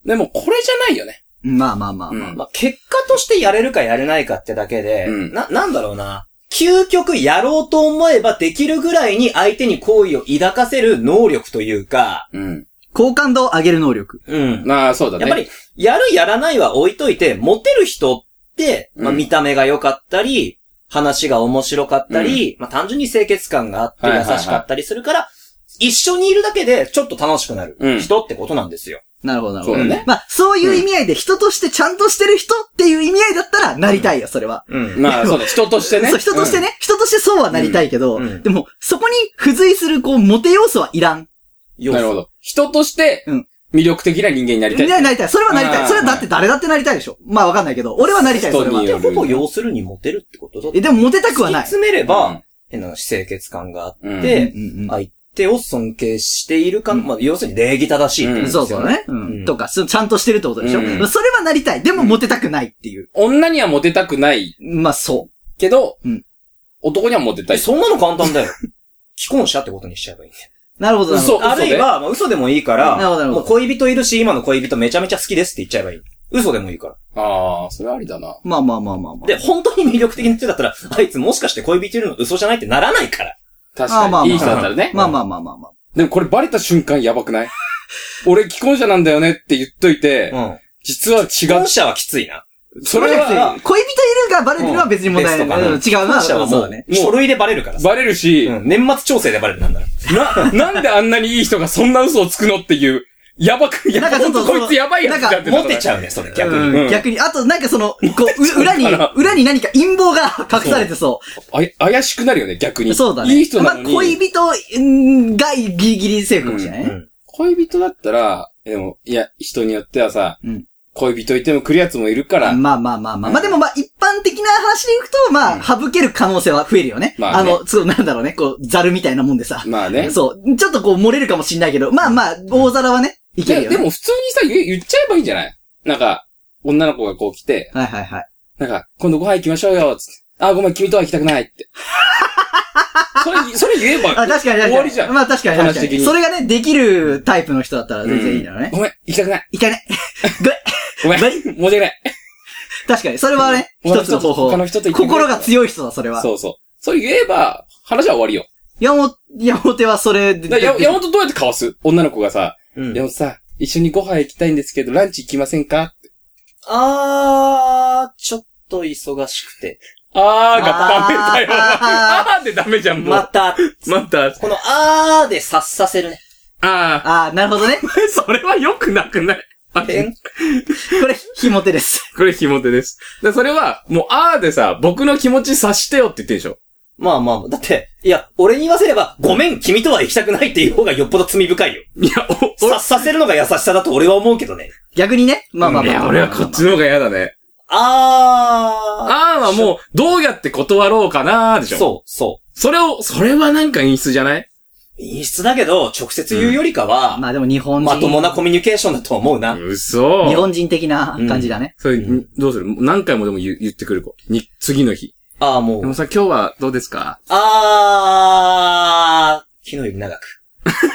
[SPEAKER 3] でもこれじゃないよね。
[SPEAKER 1] まあまあまあ
[SPEAKER 3] う
[SPEAKER 1] まあ。
[SPEAKER 3] ん。
[SPEAKER 2] まあ、結果としてやれるかやれないかってだけで、
[SPEAKER 3] うん
[SPEAKER 2] な、なんだろうな。究極やろうと思えばできるぐらいに相手に好意を抱かせる能力というか、
[SPEAKER 3] うん。
[SPEAKER 1] 好感度を上げる能力。
[SPEAKER 2] うん。
[SPEAKER 3] ああ、そうだね。
[SPEAKER 2] やっぱり、やるやらないは置いといて、モテる人って、まあ
[SPEAKER 3] うん
[SPEAKER 2] 見た目が良かったり、話が面白かったり、まあ単純に清潔感があって
[SPEAKER 3] はい
[SPEAKER 2] 優
[SPEAKER 3] はいはい
[SPEAKER 2] しかったりするから、一緒にいるだけでちょっと楽しくなる
[SPEAKER 3] うん
[SPEAKER 2] 人ってことなんですよ。
[SPEAKER 1] なるほど、なるほど。
[SPEAKER 3] そうだね
[SPEAKER 1] まあ、そういう意味合いで人としてちゃんとしてる人っていう意味合いだったらなりたいよ、それは。
[SPEAKER 2] うん。
[SPEAKER 3] まあ、そうだ、人としてね。
[SPEAKER 1] そう、人としてね、人としてそうはなりたいけど、
[SPEAKER 2] うんうん
[SPEAKER 1] でも、そこに付随する、こう、モテ要素はいらん。
[SPEAKER 3] うん。なるほど。人として
[SPEAKER 1] うん、
[SPEAKER 3] 魅力的な人間になりたい。
[SPEAKER 1] ななりたい。それはなりた
[SPEAKER 3] あ
[SPEAKER 1] い。
[SPEAKER 3] ー
[SPEAKER 1] それはだって誰だってなりたいでしょ。まあわかんないけど、俺はなりたい、それ
[SPEAKER 3] 人
[SPEAKER 1] は
[SPEAKER 3] に。
[SPEAKER 2] で
[SPEAKER 3] よ
[SPEAKER 2] ほ
[SPEAKER 3] る。
[SPEAKER 2] ぼ要するにモテるってことだ
[SPEAKER 1] え、でもモテたくは
[SPEAKER 2] 突き
[SPEAKER 1] ない。
[SPEAKER 2] 詰めれ
[SPEAKER 3] うん
[SPEAKER 2] ば、変な清潔感があっ
[SPEAKER 3] うん
[SPEAKER 1] うん
[SPEAKER 2] て、
[SPEAKER 1] うん
[SPEAKER 2] 相手を尊敬しているか、まあ、要するに礼儀正しいってこ
[SPEAKER 1] う
[SPEAKER 2] と
[SPEAKER 1] ん
[SPEAKER 2] です
[SPEAKER 1] そ
[SPEAKER 2] よ
[SPEAKER 1] うそうね。う
[SPEAKER 2] うんん
[SPEAKER 1] とか、そうちゃんとしてるってことでしょ。
[SPEAKER 3] うん
[SPEAKER 1] それはなりたい。でもモテたくないっていう。
[SPEAKER 3] 女にはモテたくない
[SPEAKER 1] まあそ
[SPEAKER 3] けど
[SPEAKER 1] うん、
[SPEAKER 3] 男にはモテた
[SPEAKER 2] え
[SPEAKER 3] い。
[SPEAKER 2] そんなの簡単だよ。既婚者ってことにしちゃえばいいんだよ。
[SPEAKER 1] う。なるほど、なるほ
[SPEAKER 3] 嘘
[SPEAKER 1] ど。
[SPEAKER 2] あるいは、まあ、嘘でもいいか
[SPEAKER 1] なるほどな
[SPEAKER 2] ら、
[SPEAKER 1] るほ
[SPEAKER 2] も
[SPEAKER 1] ど
[SPEAKER 2] う恋人いるし、今の恋人めちゃめちゃ好きですって言っちゃえばいい。嘘でもいいから。
[SPEAKER 3] ああ、それありだな。
[SPEAKER 1] まあまあまあまあまあ。
[SPEAKER 2] で、本当に魅力的な人だったら、あいつもしかして恋人いるの嘘じゃないってならないから。
[SPEAKER 3] 確
[SPEAKER 1] あーまあ
[SPEAKER 3] か
[SPEAKER 1] まあ
[SPEAKER 3] に。いい人だったらね。
[SPEAKER 1] まあまあまあまあまあ。
[SPEAKER 3] でもこれバレた瞬間やばくない俺既婚者なんだよねって言っといて、
[SPEAKER 2] うん。
[SPEAKER 3] 実は
[SPEAKER 2] 既
[SPEAKER 3] 違
[SPEAKER 2] 婚
[SPEAKER 3] う。
[SPEAKER 2] 者はきついな。
[SPEAKER 3] それは、
[SPEAKER 1] 恋人いるがバレてるのは別に問題ない。うん
[SPEAKER 2] うん
[SPEAKER 1] 違う
[SPEAKER 2] 既
[SPEAKER 1] な。
[SPEAKER 2] 婚者は
[SPEAKER 1] そう
[SPEAKER 2] も
[SPEAKER 1] だ
[SPEAKER 2] う
[SPEAKER 1] ね。、
[SPEAKER 2] 書類でバレるからさ。
[SPEAKER 3] バレるし、
[SPEAKER 2] うん年末調整でバレるなんだろ。
[SPEAKER 3] な、なんであんなにいい人がそんな嘘をつくのっていう、やばく、や
[SPEAKER 1] なん
[SPEAKER 3] ば
[SPEAKER 1] かちょっと
[SPEAKER 3] ほんとこいつやばいやつだって
[SPEAKER 2] モテち
[SPEAKER 3] ゃ
[SPEAKER 2] ゃうね、それ逆に。
[SPEAKER 1] う
[SPEAKER 3] うんん
[SPEAKER 1] 逆に。あと、なんかその、こう、う裏に
[SPEAKER 3] そうかな、。
[SPEAKER 1] 裏に何か陰謀が隠されてそう
[SPEAKER 3] あや、怪しくなるよね、逆に。
[SPEAKER 1] う。そうだね。
[SPEAKER 3] いい人なの
[SPEAKER 1] ま
[SPEAKER 3] に。
[SPEAKER 1] あ、恋人うんがギリギリセーフかもしれないね。
[SPEAKER 3] 恋人だったら、でも、いや、人によってはさ、
[SPEAKER 1] うん
[SPEAKER 3] 恋人いても来るやつもいるから、
[SPEAKER 1] まあまあまあまあ。まあでもまあ一般的な話でいくと、まあ省ける可能性は増えるよね。
[SPEAKER 3] まあ
[SPEAKER 1] あ
[SPEAKER 3] ね
[SPEAKER 1] の、そうなんだろうね。こう、ザルみたいなもんでさ。
[SPEAKER 3] まあね。
[SPEAKER 1] そう。ちょっとこう漏れるかもしんないけど、まあまあ、大皿はね、い
[SPEAKER 3] い
[SPEAKER 1] ける
[SPEAKER 3] や、
[SPEAKER 1] よ
[SPEAKER 3] で
[SPEAKER 1] ね。
[SPEAKER 3] も普通にさ、言え言っちゃえばいいんじゃないなんか、女の子がこう来て、
[SPEAKER 1] はいはいはい。
[SPEAKER 3] なんか、今度ご飯行きましょうよ、つって。あ、ごめん、君とは行きたくないって。それ、それ言えば、
[SPEAKER 1] あ、確かに確かに。
[SPEAKER 3] 終わりじゃん
[SPEAKER 1] まあ確かに確か
[SPEAKER 3] 話的
[SPEAKER 1] に。
[SPEAKER 3] に
[SPEAKER 1] それがね、できるタイプの人だったら全然いいんだろうね。
[SPEAKER 3] ごめん、行きたくない。
[SPEAKER 1] いかね。
[SPEAKER 3] ごめん、
[SPEAKER 1] ごめ
[SPEAKER 3] 申し訳ない。
[SPEAKER 1] 確かに。それはね、
[SPEAKER 3] 他
[SPEAKER 1] 一つの方法
[SPEAKER 3] 他。の人と行ってくれ
[SPEAKER 1] 心が強い人だ、それは。
[SPEAKER 3] そうそう。それ言えば、話は終わりよ。
[SPEAKER 1] 山本、山本はそれで。
[SPEAKER 3] だや、山本どうやってかわす女の子がさ、
[SPEAKER 2] うん
[SPEAKER 3] 山本さ、一緒にご飯行きたいんですけど、ランチ行きませんか
[SPEAKER 2] あー、ちょっと忙しくて。
[SPEAKER 3] あーがダメだよ。
[SPEAKER 1] あ
[SPEAKER 3] あーでダメじゃん、もう。
[SPEAKER 2] また、
[SPEAKER 3] また。
[SPEAKER 2] このあーで察させるね。
[SPEAKER 3] あ
[SPEAKER 1] ああ、なるほどね。こ
[SPEAKER 3] ー、 それは良くなくないあ
[SPEAKER 2] 変
[SPEAKER 1] れ、ひも手です。
[SPEAKER 3] これ、ひも手です。で、それは、もう、あーでさ、僕の気持ち察してよって言ってんでしょ。
[SPEAKER 2] まあまあ、だって、いや、俺に言わせれば、ごめん、君とは行きたくないっていう方がよっぽど罪深いよ。
[SPEAKER 3] いや、お、
[SPEAKER 2] 察させるのが優しさだと俺は思うけどね。
[SPEAKER 1] 逆にね。まあまあ
[SPEAKER 3] い
[SPEAKER 1] まあまあま
[SPEAKER 3] や、
[SPEAKER 1] あ。
[SPEAKER 3] 俺はこっちの方が嫌だね。
[SPEAKER 2] あ
[SPEAKER 3] あーはもう、どうやって断ろうかなーでし
[SPEAKER 2] ー。
[SPEAKER 3] ょ。う。
[SPEAKER 2] そう、そ。
[SPEAKER 3] それを、それはなんか演出じゃないう
[SPEAKER 2] 演出だけど、直接言うよりかは、
[SPEAKER 1] まあでも日本人。
[SPEAKER 2] まともなコミュニケーションだと思うな。
[SPEAKER 3] 嘘。
[SPEAKER 1] 日本人的な感じだね。
[SPEAKER 3] それ、どうする何回もでも言う言ってくる子。に、次の日。
[SPEAKER 2] あーも
[SPEAKER 3] で
[SPEAKER 2] う
[SPEAKER 3] も、さ、今日はどうですか
[SPEAKER 2] あー、日の指長 く。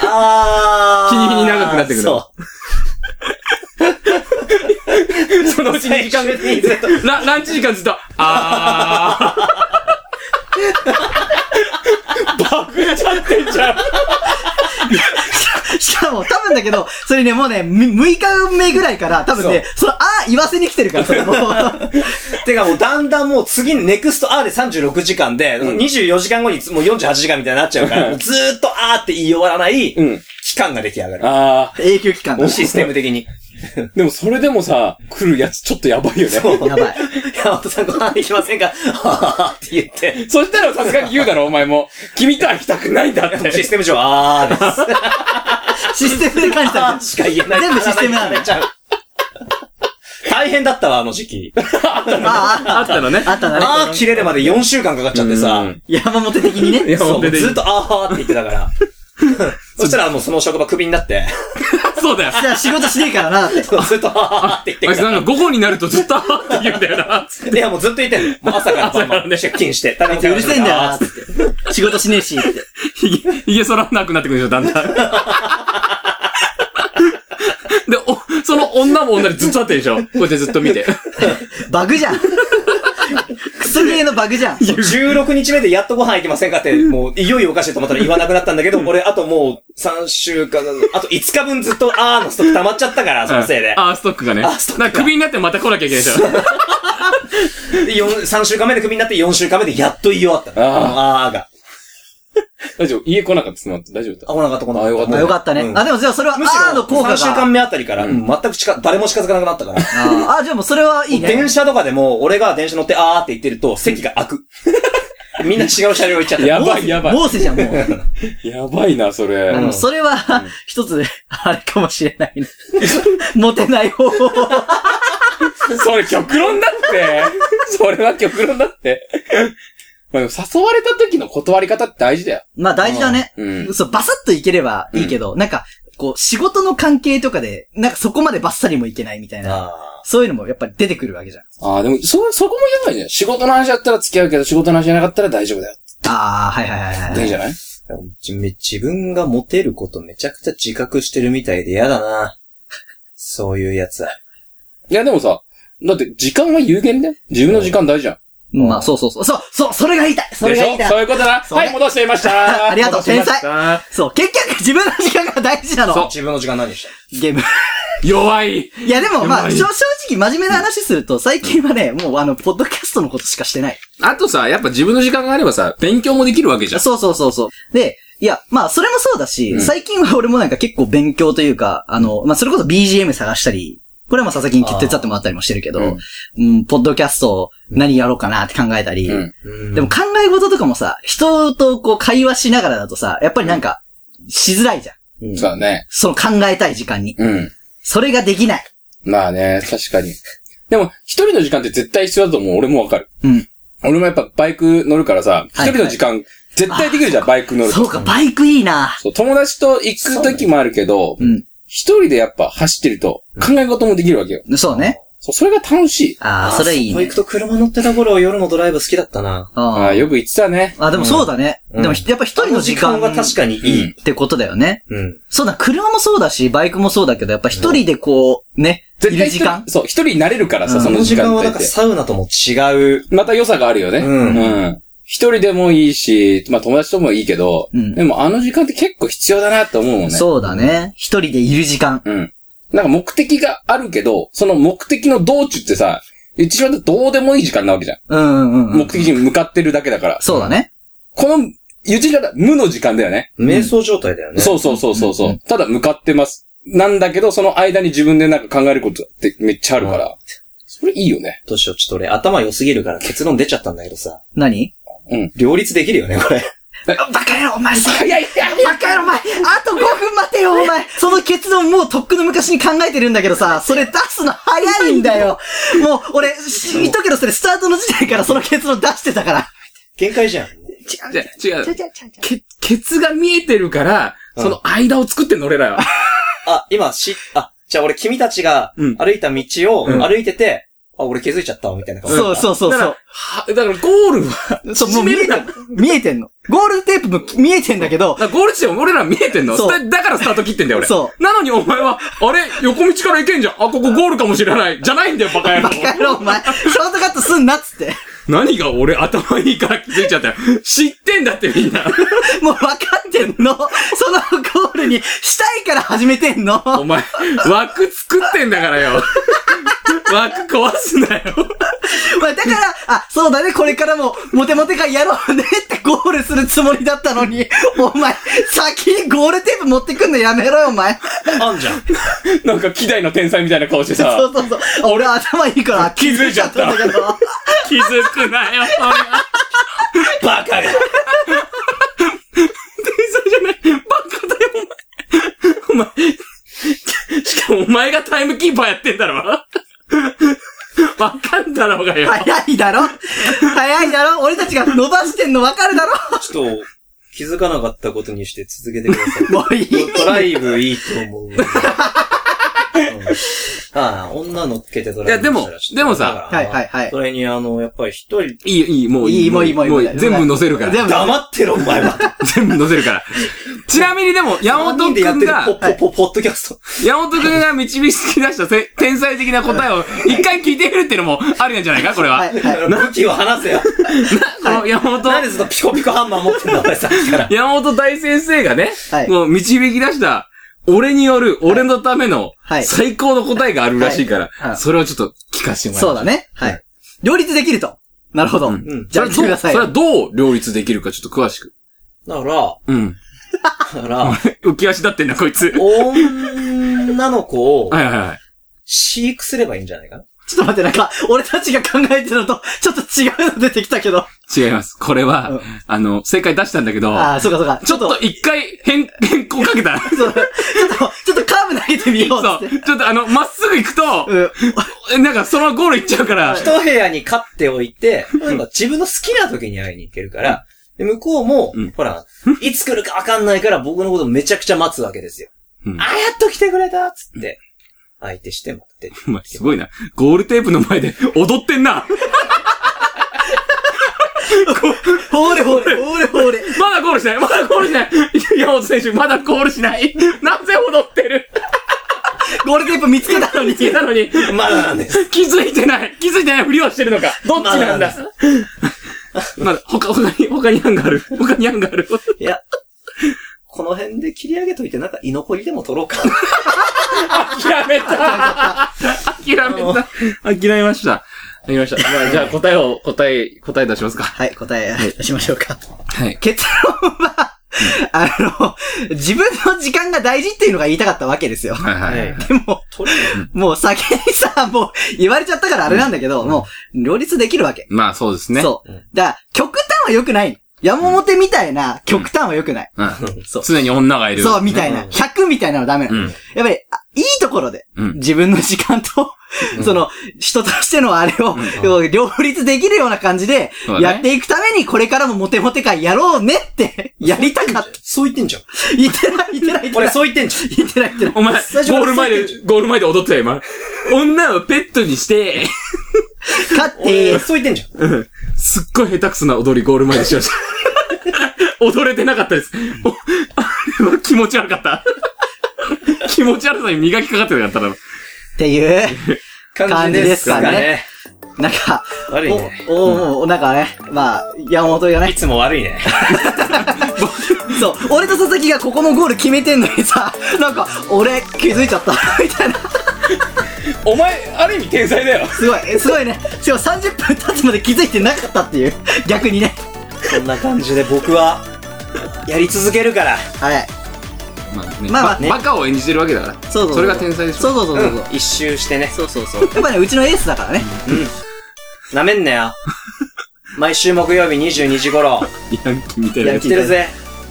[SPEAKER 2] あー。
[SPEAKER 3] 日に日に長くなってくる
[SPEAKER 2] そ
[SPEAKER 3] そのう
[SPEAKER 2] う。
[SPEAKER 3] ちに時間が、
[SPEAKER 2] 最終的にずっと
[SPEAKER 3] ラ、ランチ時間ずっと、あー。バグっちゃってんじゃん。
[SPEAKER 1] しかも、多分だけど、それね、もうね、み6日目ぐらいから、多分ね、その、ああ、言わせに来てるから、それも。
[SPEAKER 2] てかもうだんだんもう次ネクスト R で36時間で、24時間後にもう48時間みたいになっちゃうから、もうずーっと R って言い終わらない
[SPEAKER 3] うん。
[SPEAKER 2] 期間が出来上がる。
[SPEAKER 3] あ
[SPEAKER 1] 永久期間だ。
[SPEAKER 2] システム的に。
[SPEAKER 3] ー。でもそれでもさ、来るやつちょっと やばいよね。
[SPEAKER 2] そう。
[SPEAKER 1] やばい。
[SPEAKER 2] 山本さんご飯行きませんかはははって言って。
[SPEAKER 3] そしたらさすがに言うだろ、お前も。君とは行きたくないんだって。
[SPEAKER 2] システム上、あーです。
[SPEAKER 1] システムで感じた
[SPEAKER 2] あーしか言えない。
[SPEAKER 1] 全部システムなんだ
[SPEAKER 2] やられちゃう大変だったわ、あの時期。
[SPEAKER 1] ああ、
[SPEAKER 3] あったのね。
[SPEAKER 1] あったな。
[SPEAKER 2] あー切れるまで4週間かかっちゃって
[SPEAKER 3] う
[SPEAKER 2] さ
[SPEAKER 3] ん。
[SPEAKER 1] 山本的にね。
[SPEAKER 3] 山
[SPEAKER 2] そ
[SPEAKER 3] 本
[SPEAKER 2] う、
[SPEAKER 3] 的に
[SPEAKER 2] ずっとあーって言ってたから。 そしたらもうその職場クビになって、
[SPEAKER 3] そうだよ。
[SPEAKER 1] じゃあ仕事しねえからな、って。
[SPEAKER 2] ずっとあーって言っ て
[SPEAKER 3] あ
[SPEAKER 2] か
[SPEAKER 3] いつ
[SPEAKER 2] ら
[SPEAKER 3] なんか午後になるとずっと、あーって言うんだよな。
[SPEAKER 2] いや、もうずっと言ってんの。もう朝から晩まで出勤して。う
[SPEAKER 1] うるせえんだよな、って。仕事しねえし、って。
[SPEAKER 3] ひげ、ひげ剃らなくなってくるでしょ、だんだん。で、お、その女も女でずっと立ってるでしょこうやってずっと見て。
[SPEAKER 1] バグじゃん。クそれのバグじゃん。
[SPEAKER 2] 16日目でやっとご飯行けませんかって、もう、いよいよおかしいと思ったら言わなくなったんだけど、俺、あともう、3週間、あと5日分ずっと、あーのストック溜まっちゃったから、 そのせいで。
[SPEAKER 3] あー、ストックがね。
[SPEAKER 2] あーストックが
[SPEAKER 3] なんか首になってまた来なきゃいけないじゃん。
[SPEAKER 2] で、3週間目でクビになって、4週間目でやっと言い終わったの。あーが。
[SPEAKER 3] 大丈夫家来なかったその後。大丈夫
[SPEAKER 2] あ、
[SPEAKER 3] だっ
[SPEAKER 2] 来なかった、来なかった。
[SPEAKER 3] あよかった
[SPEAKER 1] あよかったね。
[SPEAKER 2] うん
[SPEAKER 1] あ、でも、じゃあそれは、
[SPEAKER 2] むし
[SPEAKER 1] あー
[SPEAKER 2] ろ、
[SPEAKER 1] の効果
[SPEAKER 2] 3週間
[SPEAKER 1] が。
[SPEAKER 2] 目あたりから、うん全く近、誰も近づかなくなったから。
[SPEAKER 1] あーあ、じゃあもうそれはいいね
[SPEAKER 2] 電。車とかでも、俺が電車乗って、あーって言ってると、席が開く。みんな違う車両行っちゃって。
[SPEAKER 3] やばいやばい
[SPEAKER 1] モーセじゃん、もう。
[SPEAKER 3] た。やばいな、それ。
[SPEAKER 1] うんそれは、 一つ、あれかもしれないね。 モテない方法。
[SPEAKER 3] それ極論だって。それは極論だって。まあでも誘われた時の断り方って大事だよ。
[SPEAKER 1] まあ大事だね。
[SPEAKER 3] うん。
[SPEAKER 1] そう、バサッといければいいけど、なんか、こう、仕事の関係とかで、なんかそこまでバッサリもいけないみたいな。
[SPEAKER 2] あ
[SPEAKER 1] そういうのもやっぱり出てくるわけじゃん。
[SPEAKER 3] ああ、でも、そ、そこもやばいね。仕事の話だったら付き合うけど、仕事の話じゃなかったら大丈夫だよ。
[SPEAKER 1] ああ、はいはいはい
[SPEAKER 3] い
[SPEAKER 1] はいい。
[SPEAKER 3] じゃない
[SPEAKER 2] ーじめ自分がモテることめちゃくちゃ自覚してるみたいで嫌だな。そういうやつは。
[SPEAKER 3] いや、でもさ、だって時間は有限だよ。自分の時間大事じゃん。
[SPEAKER 1] まあ、そうそうそう。そう、そう、それが言いたいそれ
[SPEAKER 3] で
[SPEAKER 1] が
[SPEAKER 3] し
[SPEAKER 1] 言い
[SPEAKER 3] ょ
[SPEAKER 1] た
[SPEAKER 3] そう
[SPEAKER 1] い
[SPEAKER 3] いうことだ。
[SPEAKER 1] そうね
[SPEAKER 3] はい、戻してみました。
[SPEAKER 1] ありがとう
[SPEAKER 3] 戻しました
[SPEAKER 1] 天そう、結局自分の時間が大事な
[SPEAKER 3] そ
[SPEAKER 1] の。
[SPEAKER 2] 自分の時間何でした
[SPEAKER 1] ゲーム。
[SPEAKER 3] 弱い。
[SPEAKER 1] いやでもま
[SPEAKER 3] うま
[SPEAKER 1] あ、
[SPEAKER 3] い
[SPEAKER 1] 正正直真面目な話すると、最近はね、もうあの、ポッドキャストのことしかしてない。
[SPEAKER 3] あとさ、やっぱ自分の時間があればさ、勉強もできるわけじゃん。
[SPEAKER 1] そうそうそうそう。で、いや、まあ、それもそうだし、
[SPEAKER 3] うん
[SPEAKER 1] 最近は俺もなんか結構勉強というか、あの、まあ、それこそ BGM 探したり、これはまあ、佐々木に手伝ってもらったりもしてるけど、うん、ポッドキャスト何やろうかなって考えたり、
[SPEAKER 3] うん。
[SPEAKER 1] でも考え事とかもさ、人とこう会話しながらだとさ、やっぱりなんか、しづらいじゃん。
[SPEAKER 3] そうだね。
[SPEAKER 1] その考えたい時間に。
[SPEAKER 3] うん。
[SPEAKER 1] それができない。
[SPEAKER 3] まあね、確かに。でも、一人の時間って絶対必要だと思う。俺もわかる。
[SPEAKER 1] うん。
[SPEAKER 3] 俺もやっぱバイク乗るからさ、一
[SPEAKER 1] はい
[SPEAKER 3] 人の時間、絶対できるじゃん、バイク乗ると
[SPEAKER 1] そうか、バイクいいな
[SPEAKER 3] そう友達と行く時もあるけど、
[SPEAKER 1] うん。
[SPEAKER 3] 一人でやっぱ走ってると、考え事もできるわけよ。
[SPEAKER 1] そうね。
[SPEAKER 3] そう、それが楽しい。
[SPEAKER 1] ああ、それいい
[SPEAKER 2] こ行
[SPEAKER 1] ね
[SPEAKER 2] く。と車乗ってた頃、夜のドライブ好きだったな。
[SPEAKER 3] ああ、
[SPEAKER 1] あ
[SPEAKER 3] よく言ってたね。
[SPEAKER 1] あ、でもそうだね。でもひ、やっぱ一人の時間
[SPEAKER 2] あが確かにいい。
[SPEAKER 1] ってことだよね。
[SPEAKER 2] うん。
[SPEAKER 1] そうだ、車もそうだし、バイクもそうだけど、やっぱ一人でこう、ね、い
[SPEAKER 3] 絶対
[SPEAKER 1] る
[SPEAKER 3] 一
[SPEAKER 1] 時
[SPEAKER 3] 人
[SPEAKER 1] 間
[SPEAKER 3] そう、一人になれるから
[SPEAKER 1] う
[SPEAKER 3] さ、
[SPEAKER 1] ん
[SPEAKER 3] そ
[SPEAKER 2] こ
[SPEAKER 3] の
[SPEAKER 2] の
[SPEAKER 3] 時
[SPEAKER 2] 時
[SPEAKER 3] 間
[SPEAKER 2] 間は
[SPEAKER 3] 帯
[SPEAKER 2] なん
[SPEAKER 3] っ
[SPEAKER 2] か
[SPEAKER 3] て。
[SPEAKER 2] サウナとも違う。
[SPEAKER 3] また良さがあるよね。
[SPEAKER 2] うん
[SPEAKER 3] うん。一人でもいいし、まあ友達ともいいけど、
[SPEAKER 1] うん
[SPEAKER 3] でもあの時間って結構必要だなって思うもんね。
[SPEAKER 1] そうだね。一人でいる時間。
[SPEAKER 3] うん。なんか目的があるけど、その目的の道中ってさ、言ってしまうとどうでもいい時間なわけじゃん。
[SPEAKER 1] うんうんうんう
[SPEAKER 3] 目
[SPEAKER 1] ん。
[SPEAKER 3] 的地に向かってるだけだから。
[SPEAKER 1] そうだね。
[SPEAKER 3] この、言ってしまったら無の時間だよね。
[SPEAKER 2] 瞑想状態だよね。
[SPEAKER 3] そうそうそうそう。そうただ向かってます。なんだけど、その間に自分でなんか考えることってめっちゃあるから。それいいよね。
[SPEAKER 2] どうしよう、ちょっと俺頭良すぎるから結論出ちゃったんだけどさ。
[SPEAKER 1] 何
[SPEAKER 2] 両立できるよね、これ。
[SPEAKER 1] あバカ野郎、お前それ
[SPEAKER 3] いやいや
[SPEAKER 1] バカ野郎、お前あと5分待てよ、お前その結論もうとっくの昔に考えてるんだけどさ、それ出すの早いんだよもう、俺、し言っとくけど、それスタートの時点からその結論出してたから。
[SPEAKER 2] 限界じゃん。
[SPEAKER 3] 違う。違う。ケケツが見えてるから、その間を作って乗れらよ。
[SPEAKER 2] あ、今、し、あ、じゃあ俺君たちが
[SPEAKER 3] うん
[SPEAKER 2] 歩いた道を
[SPEAKER 3] うん
[SPEAKER 2] 歩いてて、あ、俺気づいちゃったわみたいな感じ。
[SPEAKER 1] そう そうそう
[SPEAKER 3] だか
[SPEAKER 1] そう。
[SPEAKER 3] らはだからゴールは、
[SPEAKER 1] そう、もう見えてん見えてんの。ゴールテープも見えてんだけど、
[SPEAKER 3] だからゴール地点俺ら見えてんの
[SPEAKER 1] そう
[SPEAKER 3] だだからスタート切ってんだよ、俺。。
[SPEAKER 1] そう
[SPEAKER 3] なのにお前は、あれ横道から行けんじゃん。あ、ここゴールかもしれない。じゃないんだよ、バカ野郎
[SPEAKER 1] バ。カ野郎、お前、ショートカットすんなっつって。
[SPEAKER 3] 何が俺頭いいから気づいちゃったよ。知ってんだってみ んな。
[SPEAKER 1] もう分かってんのそのゴールにしたいから始めてんの
[SPEAKER 3] お前、枠作ってんだか らよ。枠壊すなよ。
[SPEAKER 1] まあだから、あ、そうだね、これからも、モテモテ会やろうねってゴールするつもりだったのに、お前、先にゴールテープ持ってくんのやめろよ、お前。
[SPEAKER 2] あんじゃん。
[SPEAKER 3] なんか、希代の天才みたいな顔してさ。
[SPEAKER 1] そうそうそう。俺頭いいから気づいちゃったんだけど。
[SPEAKER 3] 気づくなよ、それは。
[SPEAKER 2] バカが。
[SPEAKER 3] 天才じゃない。バカだよ、お前。お前。しかもお前がタイムキーパーやってんだろ。わかんだろうがよ。
[SPEAKER 1] 早いだろ早いだろ俺たちが伸ばしてんの分かるだろ
[SPEAKER 2] ちょっと、気づか なかったことにして続けてください。
[SPEAKER 1] もういい。
[SPEAKER 2] ドライブいいと思う。ああ、女乗っけてドライブ
[SPEAKER 3] いやでも
[SPEAKER 2] したらちょっと
[SPEAKER 3] でもさ
[SPEAKER 2] だから
[SPEAKER 1] はいはいはい
[SPEAKER 2] それにあの、やっぱり一人、
[SPEAKER 3] いい、いい、もう
[SPEAKER 1] いい、もういい、もういい。もういい
[SPEAKER 3] 全部載せるから。
[SPEAKER 1] 全部。
[SPEAKER 2] 黙ってろ、お前は。
[SPEAKER 3] 全部載せるから。ちなみにでも、山本
[SPEAKER 2] 何で
[SPEAKER 3] く
[SPEAKER 2] やっ
[SPEAKER 3] ん
[SPEAKER 2] てる
[SPEAKER 3] が、
[SPEAKER 2] ポッポ、ポ、ポッドキャスト。
[SPEAKER 3] 山本くんが導き出したせ天才的な答えを一回聞いてみるっていうのもありなんじゃないかこれは。
[SPEAKER 1] はいはい。
[SPEAKER 2] 武器を離せよ。
[SPEAKER 3] この山
[SPEAKER 2] なんで
[SPEAKER 3] 本、
[SPEAKER 2] ずっとピコピコハンマー持ってんだ、お前さっきから。
[SPEAKER 3] 山本大先生がね、
[SPEAKER 1] はい
[SPEAKER 3] もう導き出した、俺による、俺のための
[SPEAKER 1] は、い
[SPEAKER 3] 最高の答えがあるらしいから
[SPEAKER 1] はいは、い
[SPEAKER 3] それをちょっと聞かせてもらいます。
[SPEAKER 1] そうだね。はい。両立できると。なるほど。
[SPEAKER 2] ん
[SPEAKER 1] じゃあ、
[SPEAKER 3] そ
[SPEAKER 1] 見てく
[SPEAKER 3] れ
[SPEAKER 1] だ
[SPEAKER 3] はど
[SPEAKER 1] さ
[SPEAKER 3] う、
[SPEAKER 1] い
[SPEAKER 3] それ。はどう両立できるかちょっと詳しく。
[SPEAKER 2] だから、
[SPEAKER 3] うん。
[SPEAKER 2] だから、
[SPEAKER 3] 浮き足立ってんな、こいつ。
[SPEAKER 2] 女の子を
[SPEAKER 3] はいはいはい。
[SPEAKER 2] 飼育すればいいんじゃないかな。
[SPEAKER 1] ちょっと待って、なんか、俺たちが考えてるのと、ちょっと違うの出てきたけど。
[SPEAKER 3] 違います。これ
[SPEAKER 1] う
[SPEAKER 3] は
[SPEAKER 1] ん、
[SPEAKER 3] あの、正解出したんだけど、
[SPEAKER 1] ああ、そうかそうか。
[SPEAKER 3] ちょっと一回変、 変更かけた。
[SPEAKER 1] そうちょっと、ちょっとカーブ投げてみよう
[SPEAKER 3] そ
[SPEAKER 1] っ
[SPEAKER 3] う。
[SPEAKER 1] つって。
[SPEAKER 3] ちょっとあの、まっすぐ行くと、
[SPEAKER 1] うん。
[SPEAKER 3] なんかそのゴール行っちゃうから、
[SPEAKER 2] 一部屋に飼っておいて、なんか自分の好きな時に会いに行けるから、で向こうも、
[SPEAKER 3] うん
[SPEAKER 2] ほら、いつ来るかわかんないから僕のことめちゃくちゃ待つわけですよ。
[SPEAKER 3] うん
[SPEAKER 2] あ、やっと来てくれたっつって、相手してもって。
[SPEAKER 3] お前すごいな。ゴールテープの前で踊ってんな。
[SPEAKER 1] ほれほれ、ほれほれ。
[SPEAKER 3] まだゴールしない。まだゴールしない。山本選手、まだゴールしない。なぜ踊ってる
[SPEAKER 1] ゴールテープ見つけたのに。
[SPEAKER 3] 聞いたのに、
[SPEAKER 2] まだなんです。
[SPEAKER 3] 気づいてない。気づいてないふりをしてるのか。どっちなんだ。まだ、他、他に、他に案がある。他に案がある。
[SPEAKER 2] いや、この辺で切り上げといて、なんか居残りでも取ろうか。
[SPEAKER 3] 諦めた諦めた諦めました。諦めました。まあじゃあ答えを、答え、答え出しますか。
[SPEAKER 1] はい、答え出しましょうか。
[SPEAKER 3] はい。
[SPEAKER 1] 結論は、あの、自分の時間が大事っていうのが言いたかったわけですよ。
[SPEAKER 3] はいはい。
[SPEAKER 1] でも、
[SPEAKER 2] 取れる
[SPEAKER 1] もう先にさ、もう言われちゃったからあれなんだけど、もう、両立できるわけ。
[SPEAKER 3] まあそうですね。
[SPEAKER 1] そう
[SPEAKER 2] うん。
[SPEAKER 1] だから、極端は良くない。山本みたいな極端は良くない。
[SPEAKER 3] うん。
[SPEAKER 1] そう
[SPEAKER 3] 常に女がいる。
[SPEAKER 1] そう、みたいな。
[SPEAKER 2] うん
[SPEAKER 1] 100みたいなのダメな
[SPEAKER 3] う
[SPEAKER 1] の。
[SPEAKER 3] ん。
[SPEAKER 1] やっぱり、あいいところで、
[SPEAKER 3] うん
[SPEAKER 1] 自分の時間と、その、人としてのあれを、両立できるような感じで
[SPEAKER 3] そう、だね
[SPEAKER 1] やっていくために、これからもモテモテ会やろうねって、やりたかった。
[SPEAKER 2] そう言ってんじゃん。
[SPEAKER 1] 言ってない、言ってない、言って
[SPEAKER 2] 俺
[SPEAKER 1] ない。
[SPEAKER 2] そう言ってんじゃん。
[SPEAKER 1] 言ってない、言ってない。
[SPEAKER 3] お前、ゴ
[SPEAKER 2] 最初から
[SPEAKER 3] ール前で、ゴール前で踊ってたよ、今。女をペットにして、
[SPEAKER 1] 勝って
[SPEAKER 2] 俺、そう言ってんじゃん。
[SPEAKER 3] すっごい下手くそな踊りゴール前でしました。踊れてなかった です。おあれは気持ち悪かった。気持ち悪さに磨きかかってなかったな。
[SPEAKER 1] っていう、感じですかね
[SPEAKER 2] 感じです。
[SPEAKER 1] なんか、
[SPEAKER 2] 悪いね。
[SPEAKER 1] お、お、お、なんかね、まあ、山本が
[SPEAKER 2] い
[SPEAKER 1] ね、
[SPEAKER 2] つも悪いね。
[SPEAKER 1] そう、俺と佐々木がここのゴール決めてんのにさ、なんか、俺気づいちゃった、 みたいな。
[SPEAKER 3] お前、ある意味天才だよ。
[SPEAKER 1] すごい、えすごいね。しかも30分経つまで気づいてなかったっていう、 逆にね。
[SPEAKER 2] こんな感じで僕は、やり続けるから。
[SPEAKER 1] はい。
[SPEAKER 3] まあね、
[SPEAKER 1] まあまあ
[SPEAKER 3] ば
[SPEAKER 1] ね
[SPEAKER 3] バカを演じてるわけだから。
[SPEAKER 1] そうそうそう
[SPEAKER 3] それが天才でしょ。
[SPEAKER 1] そうそうそうそう。
[SPEAKER 2] 一周してね。そうそうそう。
[SPEAKER 1] やっぱね、うちのエースだからね。
[SPEAKER 2] なめんな よ。毎週木曜日22時頃、
[SPEAKER 3] ヤンキーみたいな
[SPEAKER 2] や
[SPEAKER 3] や
[SPEAKER 2] っ
[SPEAKER 3] つ
[SPEAKER 2] てるぜ。